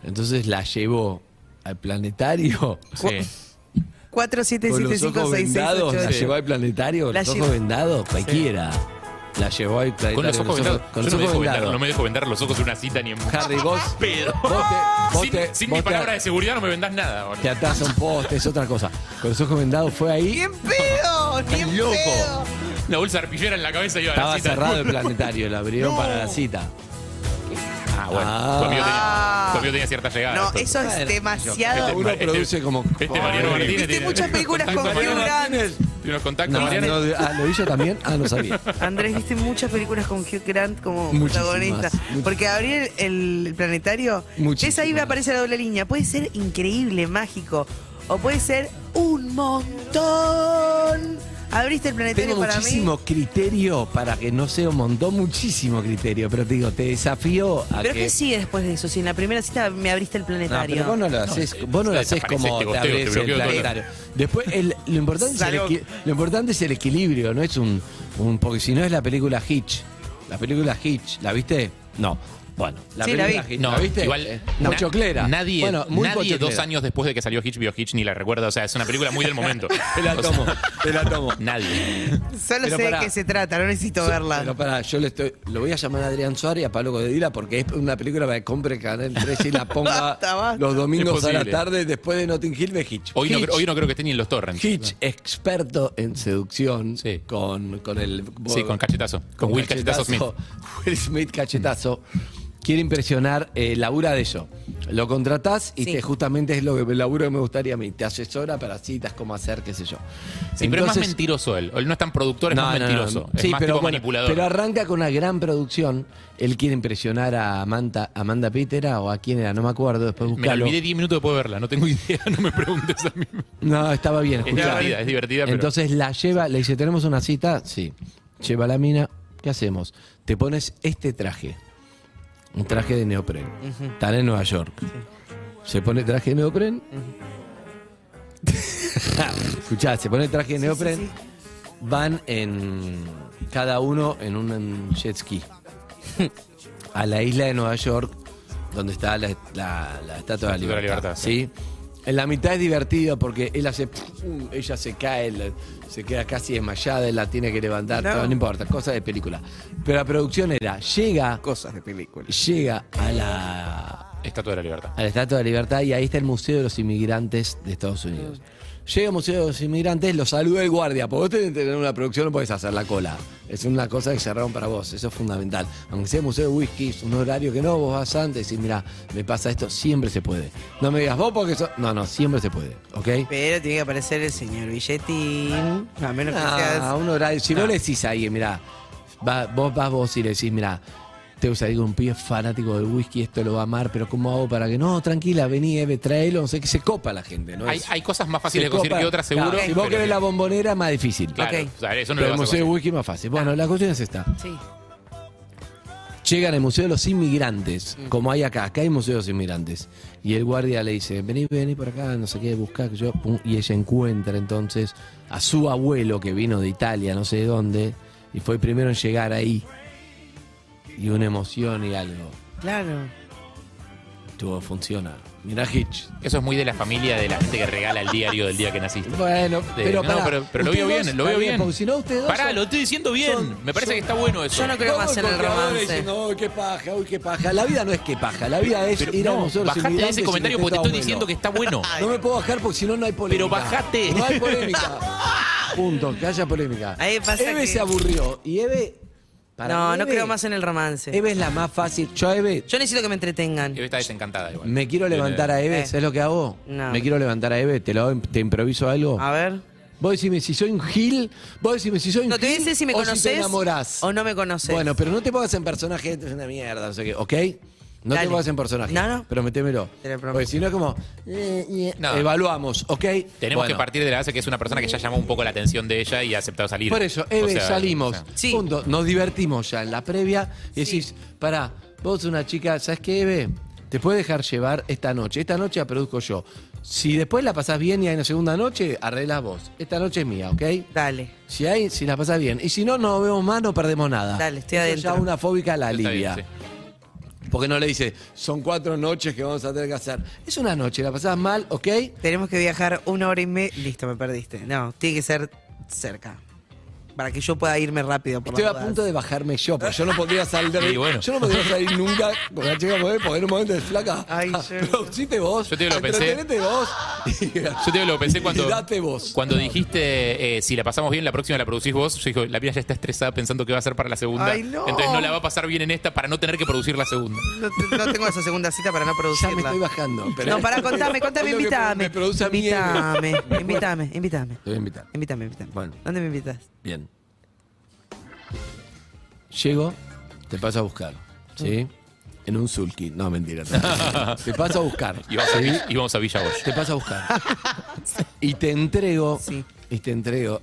Entonces la llevó al planetario. Sí. 4, 7, Con 7, los 5, ojos 6, 6, vendados, la 8. llevó al planetario, con La los ojos llevó- vendados, cualquiera. La llevó al planetario. Con los ojos vendados. Yo con los no me, ojos dejo vendar, vendados. no me dejo vendar los ojos en una cita ni en Harry, vos. [laughs] pedo. vos te- vos sin te- sin vos mi te- palabra de seguridad no me vendás nada. boludo. Te atás a un poste, es otra cosa. Con los ojos vendados fue ahí. ¡Bien pedo! ¡Bien loco. pedo! Una bolsa de arpillera en la cabeza iba a la Estaba cita. cerrado el planetario, lo [laughs] abrieron para la cita. Ah, bueno. Ah. Tu, amigo tenía, tu amigo tenía cierta llegada. No, entonces. eso es demasiado. Cada uno produce como. Este Mariano Martínez Viste tiene- muchas tiene películas contacto, con Mariano figuras. Martínez. Tiene unos contactos, No, Mariano. no, ah, ¿Lo hizo también? Ah, [laughs] no sabía. Andrés, viste muchas películas con Hugh Grant como Muchísimas, protagonista. muchísimas. Porque abrir el, el planetario, es Muchísimas. ahí me aparece la doble línea. Puede ser increíble, mágico. O puede ser un montón. Abriste el planetario Tengo para muchísimo criterio para que no sea un montón, muchísimo criterio, pero te digo, te desafío a mí. Pero que. ¿qué sigue después de eso? Si en la primera cita me abriste el No, planetario. pero vos no lo haces, vos no lo haces desaparece como este te goteo, te abrís el bloqueo todo. planetario. Después, el- lo, importante es el Salió- equi- lo importante es el equilibrio, no es un, un- Porque si no es la película Hitch. La película Hitch, ¿la viste? No. Bueno, la Sí, la película vi. Hitch. No, ¿la viste? igual Eh, na- pochoclera. Nadie, Bueno, muy nadie dos pochoclera. años después de que salió Hitch vio Hitch ni la recuerda. O sea, es una película muy del momento. [laughs] Te la O sea, tomo, te la tomo. nadie. Solo pero sé pará. de qué se trata, no necesito Pero verla. pará, yo le estoy, lo voy a llamar a Adrián Suárez y a Pablo Codedila porque es una película para que compre Canal 13 y la [laughs] ponga Basta, basta. los domingos a la Imposible. tarde después de Notting Hill de Hitch. Hoy no, Hitch, cre- hoy no creo que esté ni en los torrents. Hitch, experto en seducción Sí. con, con el... Sí, con cachetazo. Con, Will Cachetazo, Smith. [laughs] Will Smith cachetazo. Quiere impresionar, eh, labura de eso. Lo contratás y Sí. te, justamente es lo que el laburo que me gustaría a mí. Te asesora para citas, cómo hacer, qué sé yo. Sí, pero es más Entonces- mentiroso él. Él no es tan productor, es más mentiroso. Es Sí, más pero, tipo bueno, manipulador. pero arranca con una gran producción. Él quiere impresionar a Amanda, Amanda Pitera o a quién era, no me acuerdo. Después me la buscalo. olvidé 10 minutos de poder verla. No tengo idea. No me preguntes a mí. No, estaba bien. Es escuchá. divertida, es divertida, pero- Entonces la lleva, le dice, ¿tenemos una cita? Sí. Lleva a la mina. ¿Qué hacemos? Te pones este traje. Un traje de neopren. Están en Nueva York. Se pone traje de neopren. [laughs] Escuchá, se pone traje de neopren. Van en. Cada uno en un en jet ski. a la isla de Nueva York, donde está la, la- la Estatua de la Estatua de la Libertad. Libertad, ¿sí? En la mitad es divertido porque él hace, pum, ella se cae, la- se queda casi desmayada, él la tiene que levantar, No. todo, no importa, cosas de película. Pero la producción era, llega... Cosas de película. Llega a la Estatua de la Libertad. a la Estatua de la Libertad y ahí está el Museo de los Inmigrantes de Estados Unidos. Llega el Museo de los Inmigrantes, lo saluda el guardia, porque vos tenés que tener una producción, no podés hacer la cola. Es una cosa que cerraron para vos, eso es fundamental. Aunque sea el Museo de Whisky, es un horario que no, vos vas antes y mirá, me pasa esto, siempre se puede. No me digas vos porque eso... No, no, siempre se puede, ¿ok? Pero tiene que aparecer el señor Billetín. A menos que seas. Ah, un horario. Si no le decís a alguien, mirá, va- vos vas vos y le decís, mirá, tengo que salir con un pibe fanático del whisky, esto lo va a amar, pero ¿cómo hago para que no? Tranquila, vení, Eve, traelo, no sé qué, se copa la gente, ¿no? Hay, Es- hay cosas más fáciles de se conseguir copa. que otras, Claro, seguro. si vos pero querés sí. la bombonera, más difícil. Claro, Ok. o sea, eso no lo Pero vas a el Museo de conseguir. Ah. Whisky es más fácil. Bueno, la cuestión es esta. Sí. Llegan al Museo de los Inmigrantes, como hay acá, acá hay Museo de los Inmigrantes. Y el guardia le dice, vení, vení por acá, no sé qué, buscá, que yo. pum, Y ella encuentra entonces a su abuelo que vino de Italia, no sé de dónde, y fue el primero en llegar ahí. Y una emoción y algo. Claro. Todo funciona. Mirá Hitch. Eso es muy de la familia de la gente que regala el diario del día que naciste. Bueno, De- pero no, pará, pero, pero lo veo ustedes bien, dos, lo veo está bien. porque si no, ustedes dos Pará, son- lo estoy diciendo bien. son- Me parece son- que está bueno eso. Yo no creo Todos más en el conquistadores romance. diciendo, "Ay, qué paja, uy, qué paja. La vida no es que paja, la vida es Pero ir a no, nosotros. bajate de ese comentario porque te estoy diciendo que está bueno. [laughs] No me puedo bajar porque si no, no hay Pero polémica. bajate. No hay [laughs] polémica. Punto, que haya polémica. Ahí pasa Eve que- se aburrió y Eve... para No, mí no Eve- creo más en el romance. Eve es la más fácil. Yo a Eve... Yo necesito que me entretengan. Eve está desencantada igual. Me quiero levantar a Eve, Eh. ¿sabes lo que hago? No. Me quiero levantar a Eve, te, lo, hago- te improviso algo. A ver. Vos decime si soy un gil, vos decime si soy un No te voy a gil decir si me o conoces si te enamorás. o no me conoces. Bueno, pero no te pongas en personaje, esto es una mierda, no sé qué, ¿ok? No Dale. te pongas en personaje. No, no. Prometémelo. Te lo prometo. Porque si no es como, eh, eh, No. evaluamos, ¿ok? Tenemos que Bueno, partir de la base que es una persona que ya llamó un poco la atención de ella y ha aceptado salir. Por eso, O Eve, sea, salimos. o sea, Sí. Punto. Nos divertimos ya en la previa. Y decís, pará, vos sos una chica, ¿sabes qué, Eve? Te puede dejar llevar esta noche. Esta noche la produzco yo. Si después la pasás bien y hay una segunda noche, arreglás vos. Esta noche es mía, ¿ok? Dale. Si hay, si la pasás bien. Y si no, no vemos más, no perdemos nada. Dale, estoy Eso adentro. Ya una fóbica la está alivia. bien, Porque no le dice, son cuatro noches que vamos a tener que hacer. Es una noche, la pasás mal, ¿ok? Tenemos que viajar una hora y media. Listo, me perdiste. No, tiene que ser cerca. Para que yo pueda irme rápido. Por Estoy las a dudas. punto de bajarme yo, porque yo no podría salir. [laughs] Y bueno. Yo no podría salir nunca con la chica porque porque en un momento de flaca. [laughs] Ay, ah, yo- producite vos. Yo te lo pensé. entretenete vos. [laughs] Yo te lo pensé cuando, Y date vos. cuando dijiste, eh, si la pasamos bien, la próxima la producís vos. Yo digo, la mía ya está estresada pensando qué va a hacer para la segunda. Ay, no. Entonces no la va a pasar bien en esta para no tener que producir la segunda. No, te- no tengo esa segunda cita para no [laughs] Ya me producirla. estoy bajando. pero- no, para contame, contame, Es [laughs] lo que invítame. Me produce a mí. Invítame, invítame, [laughs] invítame. Te voy a invitar. Invítame, invítame. Bueno. ¿Dónde me invitas? Bien. Llego, te paso a buscar. ¿Sí? Mm. En un sulky. No, [laughs] mentira. tranquilo. te paso a buscar. Y vamos, a, ¿sí? Vi- y vamos a Villa Bosch. Te paso a [laughs] buscar. Y te entrego. Sí. Y te entrego.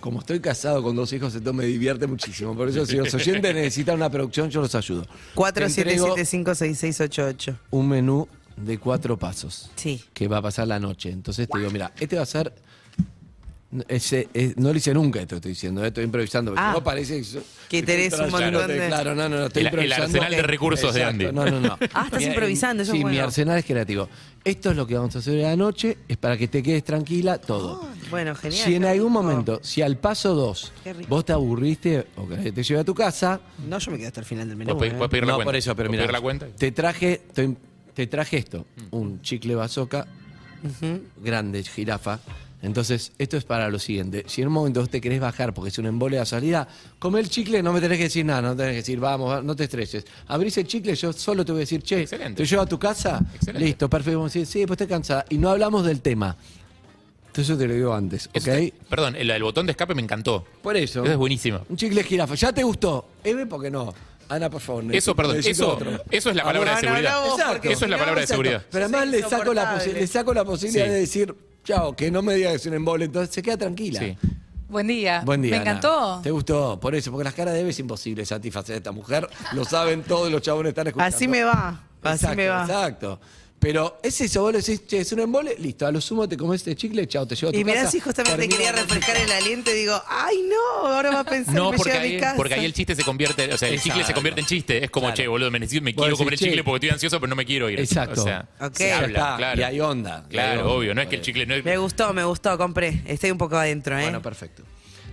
Como estoy casado con dos hijos, entonces me divierte muchísimo. Por eso, si los oyentes necesitan una producción, yo los ayudo. Te entrego 47756688. un menú de cuatro pasos Sí. que va a pasar la noche. Entonces te digo, mira, este va a ser. no, ese- es- no lo hice nunca, esto estoy diciendo, eh, estoy improvisando. porque Ah. si no parece que, yo- Que estoy tenés un trayéndote, montón de- Claro, no, no, no, estoy El- el improvisando. Eh, arsenal de recursos de Exacto, Andy. No, no, no. Ah, estás Mi- improvisando, eso Sí, es bueno. mi arsenal es creativo. Esto es lo que vamos a hacer la noche, es para que te quedes tranquila, todo. Ah, Bueno, genial. Si en qué algún rico. momento, si al paso dos, Qué rico. vos te aburriste o que te llevé a tu casa, No, yo me quedo hasta el final del menú. Vos pedís- eh. vos pedís- pedir la no, cuenta. por eso, pero ¿Puedo mira. pedir la cuenta? Te traje, te, te traje esto: un chicle bazooka grande, jirafa. Entonces, esto es para lo siguiente. Si en un momento vos te querés bajar porque es un embole de salida, come el chicle, no me tenés que decir nada, no tenés que decir, vamos, va- no te estreses. Abrís el chicle, yo solo te voy a decir, che, Excelente. te llevo a tu casa, Excelente. listo, perfecto. Vamos a decir, sí, pues estoy cansada. Y no hablamos del tema. Entonces, yo te lo digo antes, ¿ok? Eso está- perdón, el, el botón de escape me encantó. Por eso. Eso es buenísimo. Un chicle de jirafa. ¿Ya te gustó? Eve, porque no. Ana, por favor. necesito- Eso, perdón, necesito eso, otro. eso es la Ah, palabra de bueno, seguridad. no, no, vos, porque Eso es la si palabra de no, exacto. seguridad. Pero además le saco, la posi- le saco la posibilidad Sí. de decir, chao, que no me diga que es un embole, entonces se queda tranquila. Sí. Buen día. Buen día. Me Ana. encantó. Te gustó, por eso, porque las caras de Eve es imposible satisfacer a esta mujer. Lo saben todos los chabones están escuchando. Así me va, así Exacto, me va. Exacto. Pero es eso, vos le decís, che, es un embole, listo, a lo sumo te comes este chicle, chao, te llevo a tu Y mirá casa, si justamente termino- quería refrescar el aliento y digo, ay no, ahora va a pensar No, que me porque lleva a mi ahí, casa. porque ahí el chiste se convierte, o sea, el chicle se Exacto. convierte en chiste. Es como, Claro. che, boludo, me, necesito- me Vos quiero decís, comer el "Che". chicle porque estoy ansioso, pero no me quiero ir. Exacto. O sea, Ok. se Ya habla, está, claro. y hay onda, Claro, claro. obvio. No es que el chicle no es. Me gustó, me gustó, compré. Estoy un poco adentro, ¿eh? Bueno, perfecto.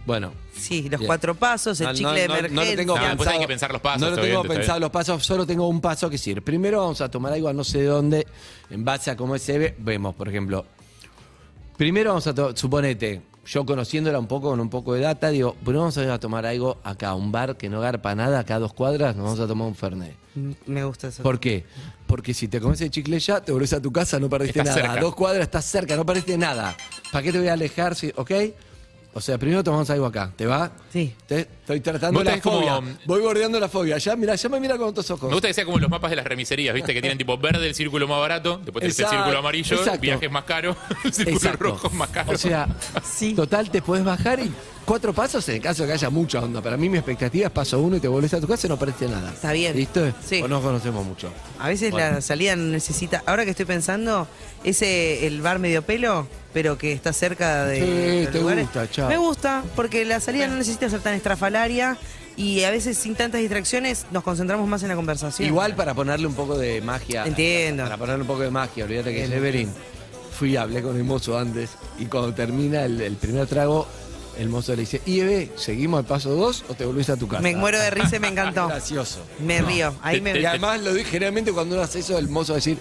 Bueno. sí, los bien. cuatro pasos, el No, no, chicle no, de no lo emergencia. tengo No, después pensado. Ah, pues hay que pensar los pasos, No lo está tengo bien, está pensado bien. los pasos, solo tengo un paso que decir. Primero vamos a tomar algo a no sé dónde, en base a cómo se ve. Vemos, por ejemplo. Primero vamos a to- suponete, yo conociéndola un poco con un poco de data, digo, bueno, vamos a ir a tomar algo acá, a un bar que no garpa nada, acá a dos cuadras, nos vamos a tomar un Fernet. Mm, Me gusta eso. ¿Por qué? Porque si te comes el chicle ya, te volvés a tu casa, no perdiste Estás nada. cerca. A dos cuadras estás cerca, no perdiste nada. ¿Para qué te voy a alejar? Si, ¿Ok? O sea, primero tomamos algo acá. ¿Te va? Sí. Te- estoy tratando Vos la tenés como- mm, fobia. Voy bordeando la fobia. Ya, mira, ya me mira con otros ojos. Me gusta que sea como los mapas de las remiserías, ¿viste? Que tienen tipo verde el círculo más barato, después tenés Exacto, el círculo amarillo, exacto. viajes más caro, [laughs] el círculo Exacto. rojo es más caro. O sea, Sí. total, te puedes bajar y cuatro pasos en el caso de que haya mucha onda. Para mí, mi expectativa es paso uno y te volvés a tu casa y no perdiste nada. Está bien. ¿Listo? Sí. O no conocemos mucho. A veces la salida no necesita. Ahora que estoy pensando, ese el bar medio pelo, pero que está cerca de. Sí, de los te gusta, chao. Me gusta, porque la salida no necesita ser tan estrafalaria y a veces sin tantas distracciones nos concentramos más en la conversación. Igual para ponerle un poco de magia. Entiendo. Para ponerle un poco de magia, olvídate que es Everin. Fui, hablé con el mozo antes y cuando termina el, el primer trago, el mozo le dice, Iebe, ¿seguimos al paso 2 o te volvés a tu casa? Ah, Me muero de risa y me encantó. Gracioso. Me río. Ahí me. Y además lo dije generalmente cuando uno hace eso, el mozo va a decir,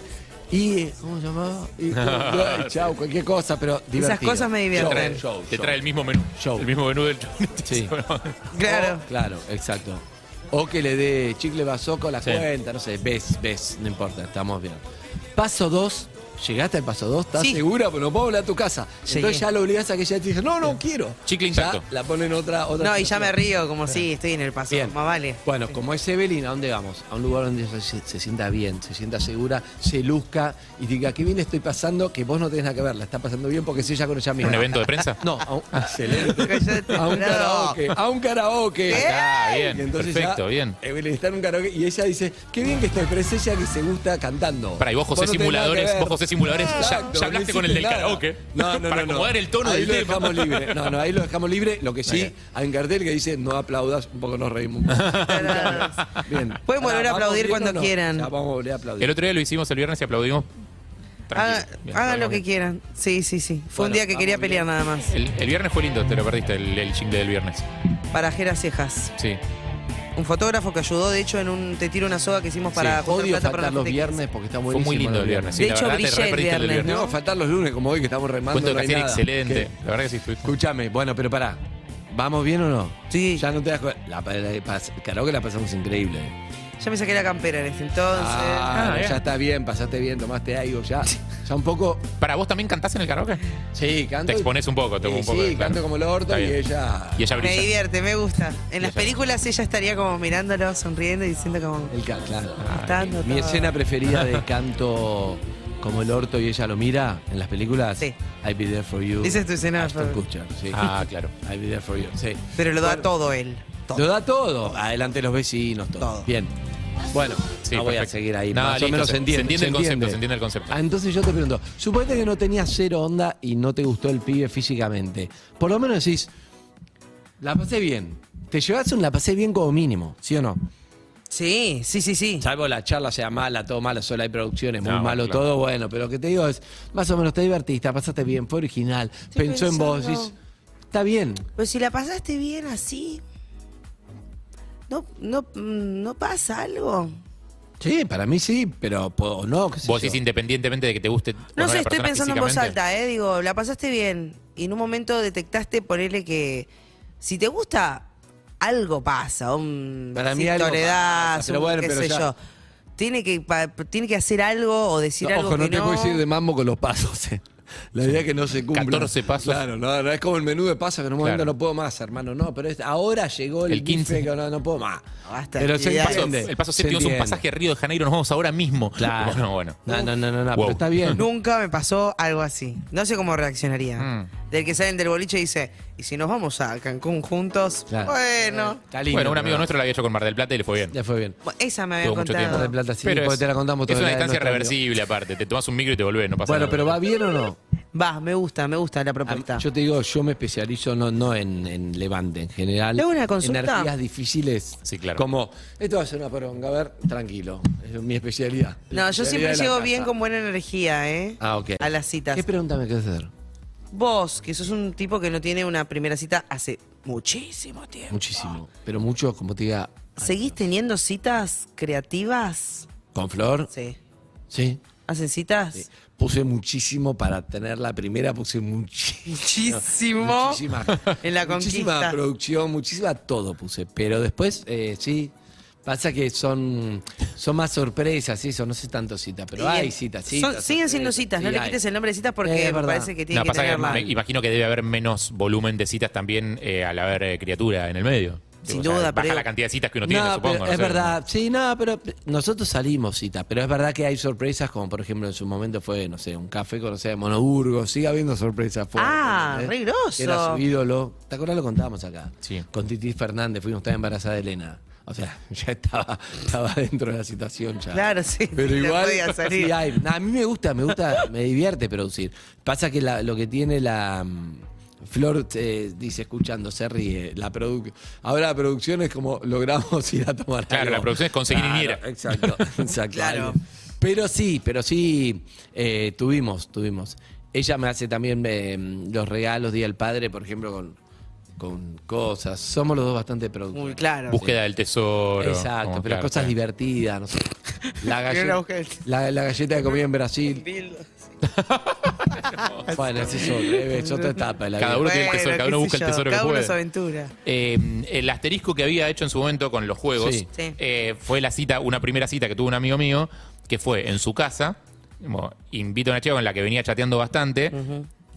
Ibe, ¿cómo se llamaba? [laughs] Y, ay, chau, cualquier cosa, pero divertido. cosas me divierten. Show, show, Te show. trae el mismo menú. Show. El mismo menú del [laughs] Sí. Claro. O- claro, exacto. O que le dé chicle basoco a la Sí. cuenta, no sé, ves, ves, no importa, estamos bien. Paso 2, llegaste al paso 2, ¿estás Sí. segura? Pero no puedo volver a tu casa. Llegué. Entonces ya lo obligás a que ella te diga, no, no quiero. Chicle Ya intacto. la ponen otra, otra. No, y ya situación. me río, como si estoy en el paso. Bien. Más vale. Bueno, como es Evelyn, ¿a dónde vamos? A un lugar donde ella se, se sienta bien, se sienta segura, se luzca y diga, qué bien estoy pasando, que vos no tenés nada que ver, la está pasando bien porque es ella con ella misma. ¿Un evento de prensa? Ah. No, a un, excelente. Cállate, A un no. karaoke, a un karaoke. Ah, bien, Y perfecto, ya bien. Evelyn está en un karaoke y ella dice, qué bien que estoy, pero es ella que se gusta cantando. Para, y vos José no tenés nada que Simuladores, ver. vos José Simuladores, ya- Exacto, ya, hablaste no con el del hiciste nada. karaoke. No, no, no. Para no. acomodar el tono ahí del lo tema. dejamos libre. No, no, ahí lo dejamos libre. Lo que sí, hay un cartel que dice, no aplaudas, un poco nos reímos. [laughs] un poco. bien. [laughs] Pueden volver a Ahora, ¿vamos aplaudir viendo cuando o no? quieran. Ya, vamos a volver a aplaudir. El otro día lo hicimos el viernes y aplaudimos. Haga- Tranquilo. Bien, hagan lo aplaudimos que bien. quieran. Sí, sí, sí. Fue un Bueno, día que quería vamos pelear bien. nada más. El, el viernes fue lindo, te lo perdiste, el, el jingle del viernes. Parajeras cejas. Sí. Un fotógrafo que ayudó, de hecho, en un te tiro una soga que hicimos para juntar Odio plata para faltar una los gente que- viernes porque está Fue muy lindo el viernes. Sí, De la hecho, verdad, te brillé el reperdiste el del viernes, viernes. No, faltar los lunes como hoy que estamos remando. Cuento de no hay Casier, nada. excelente. ¿Qué? La verdad que sí estuviste. Escúchame, bueno, pero pará. ¿Vamos bien o no? Sí. Ya no te das cuenta. La, la- pas- karaoke la pasamos increíble. Ya me saqué la campera en este entonces. Ah, ah, bien. ya está bien, pasaste bien, tomaste algo, ya. Ya un poco. Para, ¿vos también cantás en el karaoke? Sí, canto. Te exponés un poco, te Y un poco. Sí, claro. canto como el orto Está y bien. ella. Y ella me brilla. divierte, me gusta. En las Brilla. películas ella estaría como mirándolo, sonriendo y diciendo como... El ca- claro. Ah, Cantando Mi todo. escena preferida de canto como el orto y ella lo mira en las películas. Sí. I be there for you. Esa es tu escena Ashton favorita. Kutcher, sí. Ah, claro. I be there for you. Sí. Pero lo da todo él. Lo da todo. Adelante los vecinos, todo. Todo. Bien. Bueno, Sí, no voy a perfecto. seguir ahí. Nada, más o listo, menos se- se entiende. se entiende el concepto, se entiende el concepto. Ah, entonces yo te pregunto, suponete que no tenías cero onda y no te gustó el pibe físicamente. Por lo menos decís, la pasé bien. Te llevas un la pasé bien como mínimo, ¿sí o no? Sí, sí, sí, sí. Salvo la charla sea mala, todo malo, solo hay producciones, muy No, malo claro. todo, bueno, pero lo que te digo es, más o menos te divertiste, pasaste bien, fue original, pensó en vos, pensando. decís, está bien. Pero Pues si la pasaste bien así... No, no, mm, no pasa algo. Sí, para mí sí, pero puedo- no, qué sé Vos yo. decís independientemente de que te guste. o No sé, la estoy persona pensando en voz físicamente. alta, ¿eh? Digo, la pasaste bien. Y en un momento detectaste, ponerle que. Si te gusta, algo pasa. Un, Para mí si algo tolerás, pasa, pero un bueno, qué pero sé ya. yo. Tiene que, pa- tiene que hacer algo o decir No, algo Ojo, que no no. te puedes ir [laughs] de mambo con los pasos. eh. La idea es que no se cumpla. 14 pasos. Claro, no, no, es como el menú de pasos que en un momento Claro. no puedo más, hermano. No, pero es- ahora llegó el, El 15. bife que no, no puedo más. Basta, pero se actividades. Paso- entiende, el paso se séptimo es un entiende. pasaje a Río de Janeiro, nos vamos ahora mismo. Claro. [laughs] Bueno, bueno. No, no, no, no, no, Wow. pero está bien. Nunca me pasó algo así. No sé cómo reaccionaría. Mm. del que salen del boliche y dice, ¿y si nos vamos a Cancún juntos? Claro. Bueno. bueno, un amigo nuestro la había hecho con Mar del Plata y le fue bien. Le fue bien. Esa me había Tuvo mucho tiempo. contado. Pero porque es, te la contamos es toda una la- distancia nuestra- reversible aparte. Te tomas un micro y te volvés, no pasa Bueno, nada. pero ¿va bien o no? Va, me gusta, me gusta la propuesta. Yo te digo, yo me especializo no, no en, en Levante en general. ¿Le hago una consulta? Energías difíciles. Sí, claro. Como, esto va a ser una poronga, a ver, tranquilo. Es mi especialidad. No, yo Especialidad siempre de la llego casa. bien con buena energía, ¿eh? Ah, ok. A las citas. ¿Qué pregunta me querés hacer? Vos, que sos un tipo que no tiene una primera cita hace muchísimo tiempo. Muchísimo. Pero mucho, como te diga, ¿Seguís teniendo citas creativas? con Flor. Sí. Sí. ¿Hacen citas? Eh, Puse muchísimo para tener la primera, puse muchísimo. Muchísimo. muchísima, [laughs] En la muchísima conquista. producción, muchísima todo puse. Pero después, eh, sí. Pasa que son, son más sorpresas, eso, no sé tanto citas, pero Y hay en- citas, son- citas. siguen siendo citas, sorpresas, no sí, le hay. quites el nombre de citas porque Es me verdad. parece que tiene No, que pasa que tenerla. me imagino que debe haber menos volumen de citas también eh, al haber eh, criatura en el medio. Sin O sea, duda, Baja pero- la cantidad de citas que uno No, tiene, pero supongo. no es sé. verdad, sí, no, pero nosotros salimos citas, pero es verdad que hay sorpresas, como por ejemplo en su momento fue, no sé, un café con, no sé, Monoburgo, sigue habiendo sorpresas. fuertes, Ah, ¿entendés? re groso. Era su ídolo, ¿te acordás lo contábamos acá? Sí. Con Titi Fernández, fuimos, estaba embarazada de Elena. O sea, [laughs] ya estaba, estaba dentro de la situación ya. Claro, sí. Pero no igual, podía [laughs] salir. sí hay. Nah, a mí me gusta, me gusta, me divierte producir. Pasa que la- lo que tiene la mm, Flor eh, dice escuchando, se ríe. La produ- Ahora la producción es como logramos [laughs] ir a tomar Claro, algo. la producción es conseguir Claro, niñera. [laughs] Exacto, exacto. Claro. algo. Pero sí, pero sí eh, tuvimos, tuvimos. Ella me hace también eh, los regalos Día del Padre, por ejemplo, con, con cosas. Somos los dos bastante productivos. Muy claro. Búsqueda del tesoro. Exacto, como, pero claro, cosas claro. divertidas, no sé. La Era una galleta, búsqueda del- la, la galleta que comía en Brasil. Dildo, sí. Bueno, ese es otro, es otra etapa de la Cada vida. uno tiene el tesoro, Bueno, cada uno qué busca el sé yo, tesoro que Cada uno puede. su aventura. Eh, el asterisco que había hecho en su momento con los juegos Sí. Sí. eh, fue la cita, una primera cita que tuvo un amigo mío, que fue en su casa. como, invito a una chica con la que venía chateando bastante.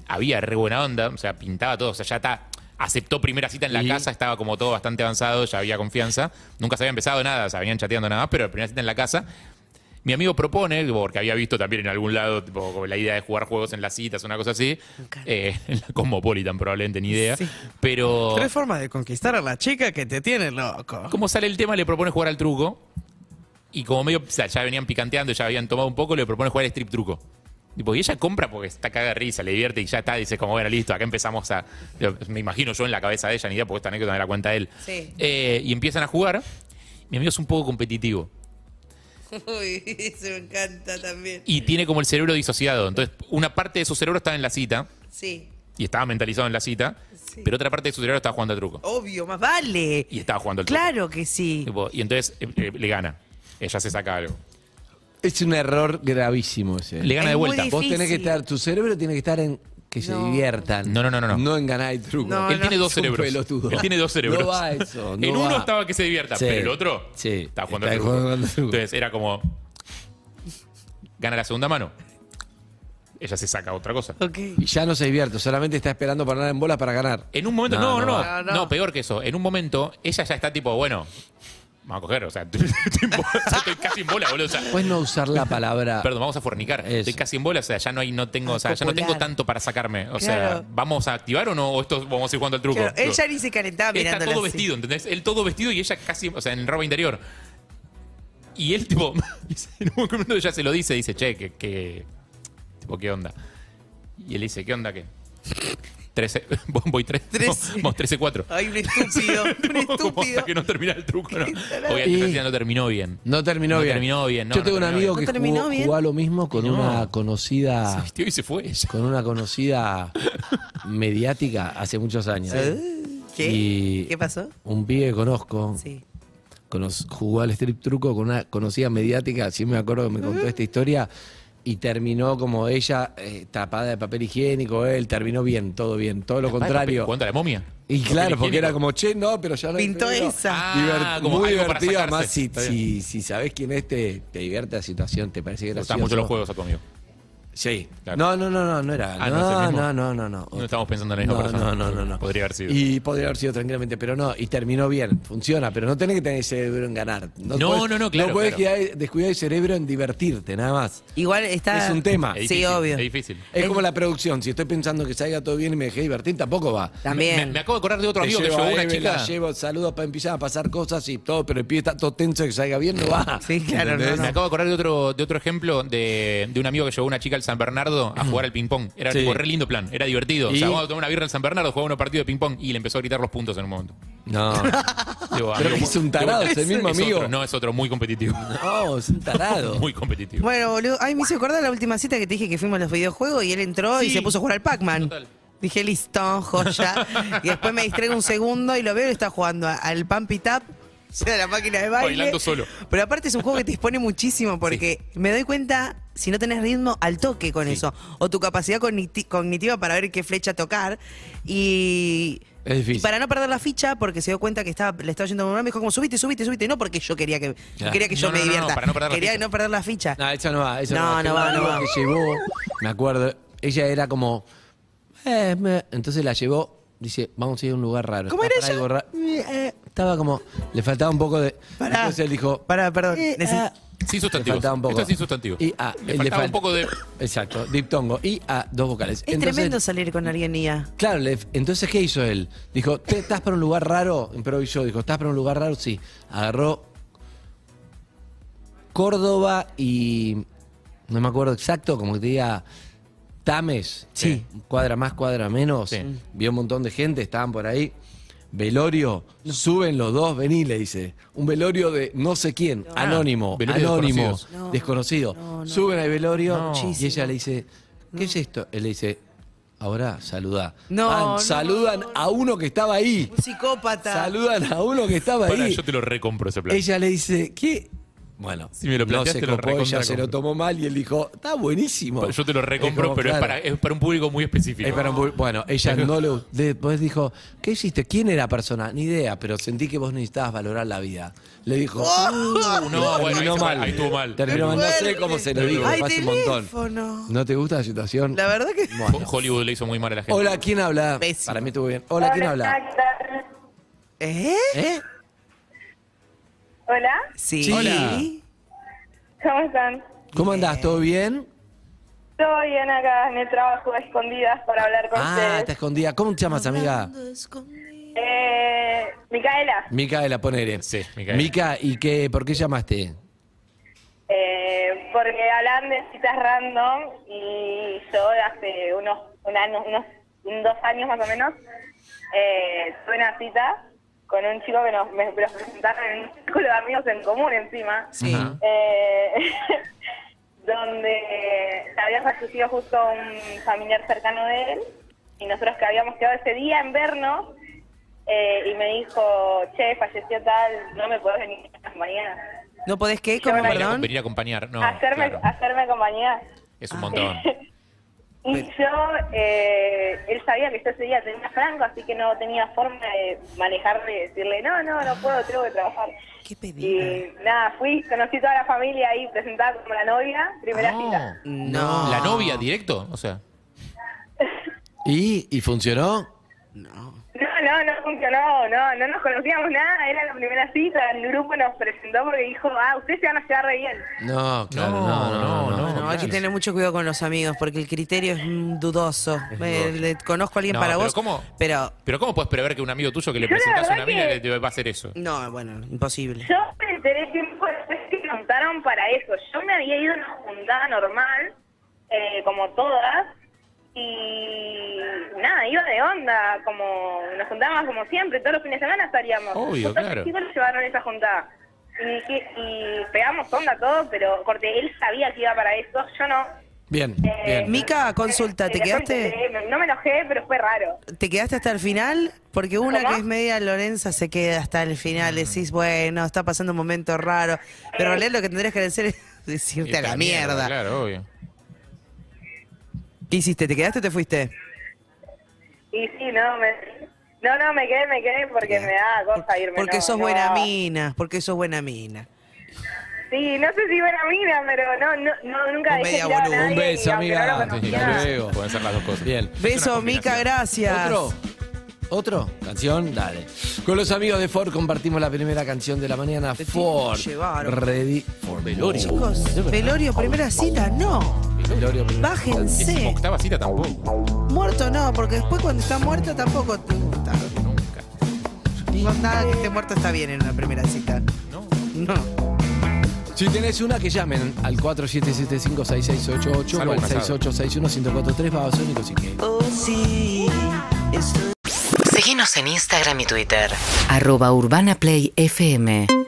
Había re buena onda, o sea, pintaba todo. O sea, ya está. Aceptó primera cita en la Y- casa, estaba como todo bastante avanzado, ya había confianza. Nunca se había empezado nada, se habían chateando nada más, pero primera cita en la casa. Mi amigo propone, porque había visto también en algún lado tipo, como la idea de jugar juegos en las citas, una cosa así. Eh, en la Cosmopolitan, probablemente, ni idea. Sí. Pero. Tres formas de conquistar a la chica que te tiene loco. Como sale el tema, le propone jugar al truco. Y como medio, o sea, ya venían picanteando, ya habían tomado un poco, le propone jugar al strip truco. Tipo, y ella compra porque está caga de risa, le divierte y ya está. Dice, como, bueno, listo, acá empezamos a. Me imagino yo en la cabeza de ella, ni idea, porque esta anécdota me la cuenta él. Sí. Eh, y empiezan a jugar. Mi amigo es un poco competitivo. [laughs] Uy, eso me encanta también. Y tiene como el cerebro disociado. Entonces, una parte de su cerebro estaba en la cita. Sí, Y estaba mentalizado en la cita. Sí. Pero otra parte de su cerebro estaba jugando al truco. obvio, más vale. Y estaba jugando al truco. Claro que sí. Tipo, Y entonces eh, eh, le gana. Ella se saca algo. Es un error gravísimo ese. Le gana Es de muy vuelta. Vos tenés que difícil. estar, tu cerebro tiene que estar en que se No. diviertan. No, no, no, no, no. No en ganar el truco. No, Él no. tiene dos Es un cerebros. pelotudo. Él tiene dos cerebros. No va eso, no en uno va. estaba que se divierta, Sí. pero el otro Sí. estaba jugando Está al truco. jugando al truco. Entonces era como. Gana la segunda mano. Ella se saca otra cosa. Ok. Y ya no se divierte, solamente está esperando para andar en bola para ganar. En un momento. No, No, no, no no. va. No, No, no. peor que eso. En un momento, ella ya está tipo, bueno. Vamos a coger, o sea, [laughs] estoy, en bola, ya estoy casi en bola, boludo. o sea, Puedes no usar la palabra. Perdón, vamos a fornicar. Eso. Estoy casi en bola, o sea, ya no hay, no tengo, o sea, ya no Copular. tengo tanto para sacarme. O sea, Claro. ¿vamos a activar o no? ¿O esto vamos a ir jugando al truco? Claro, Tipo, ella ni se calentaba Él mirándola está todo así. vestido, ¿entendés? Él todo vestido y ella casi, o sea, en ropa interior. Y él, tipo, dice, en un momento ya se lo dice, dice, che, que, que- tipo, ¿qué onda? Y él dice, ¿qué onda qué? 13, voy 3, Trece. vamos 13 4. Ay, un estúpido, [laughs] un estúpido. que no termina el truco, ¿no? tarado. Obviamente esa Y- cita no terminó bien. No terminó No bien. terminó bien, no, Yo no tengo un terminó amigo bien. que No terminó jugó, bien. jugó a lo mismo con No. una [laughs] Se conocida. vistió y se fue ella. Con una conocida mediática hace muchos años. ¿Qué? Y- ¿Qué pasó? Un pibe que conozco, Sí. cono- jugó al strip truco con una conocida mediática, sí me acuerdo que me contó esta historia, y terminó como ella, eh, tapada de papel higiénico, él terminó bien, todo bien, todo lo contrario. ¿Cuánto la momia? Y Papel claro, porque higiénico. era como, che, no, pero ya no hay Pintó peligro". esa. Ah, como muy algo para divertida, sacarse. más si, Está bien. si, si sabés quién es, te, te divierte la situación, te parece Te gracioso. gustan mucho los juegos a tu amigo. Sí. No, no, no, no, no era. Ah, ¿no es el no, mismo? no, no, no, no. No estamos pensando en la misma No, persona. no, no, no, no. Podría haber sido. Y podría haber sido tranquilamente, pero no, y terminó bien, funciona, pero no tenés que tener cerebro en ganar. No, podés- no, no, claro, No puedes claro. descuidar el cerebro en divertirte, nada más. Igual está. Es un tema. Es difícil, Ah, obvio. Es difícil. Es como la producción, si estoy pensando que salga todo bien y me dejé divertir, tampoco va. También. Me, me acabo de acordar de otro Te amigo que llevo llevó a una Eve, chica. La llevo, saludos para empezar a pasar cosas y todo, pero el pibe está todo tenso de que salga bien, no va. Sí, claro, no, ¿Entendés? no. Me acabo de acordar de otro, de otro ejemplo de, de un amigo que llevó una chica al San Bernardo a jugar al ping-pong. Era Sí. tipo, re lindo plan, era divertido. O ¿Y? sea, vamos a tomar una birra al San Bernardo, jugaba unos partidos de ping-pong y le empezó a gritar los puntos en un momento. No. [laughs] Digo, Pero amigo, es un tarado, ese mismo es amigo. otro, no, es otro, muy competitivo. No, es un tarado. [laughs] Muy competitivo. Bueno, boludo. Ay, me hizo acordar la última cita que te dije que fuimos a los videojuegos y él entró y Sí. se puso a jugar al Pac-Man. Total. Dije, [laughs] listo, joya. y después me distraigo un segundo y lo veo y está jugando a- al Pumpy [laughs] Tap. O sea, la máquina de baile. Bailando solo. Pero aparte es un juego que te expone muchísimo porque me doy cuenta, si no tenés ritmo, al toque con eso. O tu capacidad cogniti- cognitiva para ver qué flecha tocar. Y Es y difícil. para no perder la ficha, porque se dio cuenta que estaba, le estaba yendo muy mal, me dijo como subiste, subiste, subiste. No porque yo quería que, Claro. quería que yo No, me no, no, divierta. para no perder la quería ficha. no perder la ficha. No, eso no va, eso no, No, no va. Tengo va, una no amiga va. que llevó, me acuerdo, ella era como, eh, me- entonces la llevó, dice, vamos a ir a un lugar raro. ¿Cómo Está era para ella? algo raro. Eh, eh, Estaba como, le faltaba un poco de... Pará. Entonces él dijo... Pará, perdón, eh, necesito- ah. Sin Le sustantivos. faltaba un poco. Esto es sin sustantivos. Y ah, Le le faltaba fal- un poco de. Exacto, diptongo. Y a dos vocales. es Entonces, tremendo salir con alguien IA. Claro, le- entonces ¿qué hizo él? Dijo, "Te- ¿estás para un lugar raro? Improvisó, dijo, ¿estás para un lugar raro? Sí. Agarró Córdoba y... No me acuerdo exacto, como que te diga Tames. Sí. Cuadra más, cuadra menos. Sí. Vio un montón de gente, estaban por ahí. Velorio, suben los dos, vení, le dice. Un velorio de no sé quién, anónimo, velorio anónimo, desconocidos. Ah. No, desconocido. no, no. Suben al velorio No. y ella le dice, ¿qué es esto? Él le dice, ahora saludá. Ah, No, no, saludan no, no. a uno que estaba ahí. Un psicópata. Saludan a uno que estaba Pará, ahí. yo te lo recompro ese plan. Ella le dice, ¿qué? Bueno, Si me lo no planteas, se te lo copó, recontra ella se lo compro. tomó mal y él dijo, está buenísimo. Yo te lo recompro, Es como, pero es, claro, para, es para un público muy específico. es para un pul- bueno, ella no le gust- después dijo, ¿qué hiciste? ¿Quién era la persona? Ni idea, pero sentí que vos necesitabas valorar la vida. Le dijo, Uh, no, bueno, ahí, terminó se- mal. ahí estuvo mal. Terminó mal. No sé cómo se lo dijo, Ay, pasa un montón. teléfono. ¿No te gusta la situación? La verdad que... Bueno. Hollywood le hizo muy mal a la gente. Hola, ¿quién habla? Pésimo. Para mí estuvo bien. Hola, ¿quién habla? ¿Eh? ¿Eh? Hola, Sí. Sí. Hola. ¿cómo están? ¿Cómo andás? ¿Todo bien? Todo bien acá en el trabajo, a escondidas para hablar con Ah, ustedes. está escondida. ¿Cómo te llamas, amiga? Eh, Micaela, Micaela, ponere. Sí, Micaela. Mica, ¿y qué? ¿Por qué llamaste? eh, porque hablan de citas random y yo hace unos, un año, unos dos años más o menos eh, tuve una cita con un chico que nos, me, nos presentaron en un círculo de amigos en común encima. Sí. eh, donde había fallecido justo un familiar cercano de él y nosotros que habíamos quedado ese día en vernos eh, y me dijo, che, falleció tal, no me podés venir mañana. ¿No podés qué? ¿Cómo, Yo me- Venir a, perdón? venir a acompañar, no. hacerme, claro. hacerme compañía. Es un montón. Y yo, eh, él sabía que yo ese día tenía franco, así que no tenía forma de manejarle y decirle, no, no, no puedo, tengo que trabajar. ¿Qué Y nada, fui, conocí toda la familia ahí presentada como la novia, primera cita. No. La novia directo, o sea. ¿Y, y funcionó? No, no, no funcionó, no, no nos conocíamos nada, era la primera cita, el grupo nos presentó porque dijo, ah, ustedes se van a llevar re bien. No, claro, no, no, no. no, Bueno, hay que tener mucho cuidado con los amigos porque el criterio es mm, dudoso. Eh, le- conozco a alguien No, para pero vos, ¿cómo? pero Pero ¿cómo puedes prever que un amigo tuyo que le Yo la presentas a verdad una mina que- le- le va a hacer eso? no, bueno, imposible. Yo me enteré tiempo después que se juntaron para eso. Yo me había ido a una juntada normal, eh, como todas, y nada, iba de onda, como nos juntábamos como siempre, todos los fines de semana estaríamos. Obvio, Entonces, claro. chicos lo llevaron a esa juntada. Y, que- y pegamos onda todo, pero corte, él sabía que iba para eso, yo no. Bien, Eh, bien. Mica, consulta, ¿te después quedaste? me enteré, me- No me enojé, pero fue raro. ¿Te quedaste hasta el final? Porque una ¿Cómo? que es media Lorenza se queda hasta el Mm. final. Decís, bueno, está pasando un momento raro. Pero en realidad lo que tendrías que hacer es [laughs] decirte a Esta la mierda. Claro, obvio. ¿Qué hiciste? ¿Te quedaste o te fuiste? Y sí, no, me, no, no, me quedé, me quedé porque me da cosa irme. Porque no, sos no buena daba. mina, porque sos buena mina. Sí, no sé si buena mina, pero no, no, no nunca dejé media tirar a boluda. nadie. Un beso, y aunque no lo amiga. conocía, Sí, hasta luego. Pueden ser las dos cosas. Bien. Beso, Mica, gracias. ¿Otro? ¿Otro? ¿Canción? Dale. Con los amigos de Ford compartimos la primera canción de la mañana. Ford. llevaron. Ready for Velorio. Chicos, velorio, primera cita, no. Velorio, primera Bájense. canción. Octava cita tampoco. Muerto no, porque después cuando está muerto tampoco te gusta. Nunca. No, nada que esté muerto está bien en una primera cita. No. No. Si tenés una, que llamen al 4775-6688 o Salvo al un asado. 6861-1043. Va a Sónicos y que. Síguenos en Instagram y Twitter. arroba urbanaplayfm.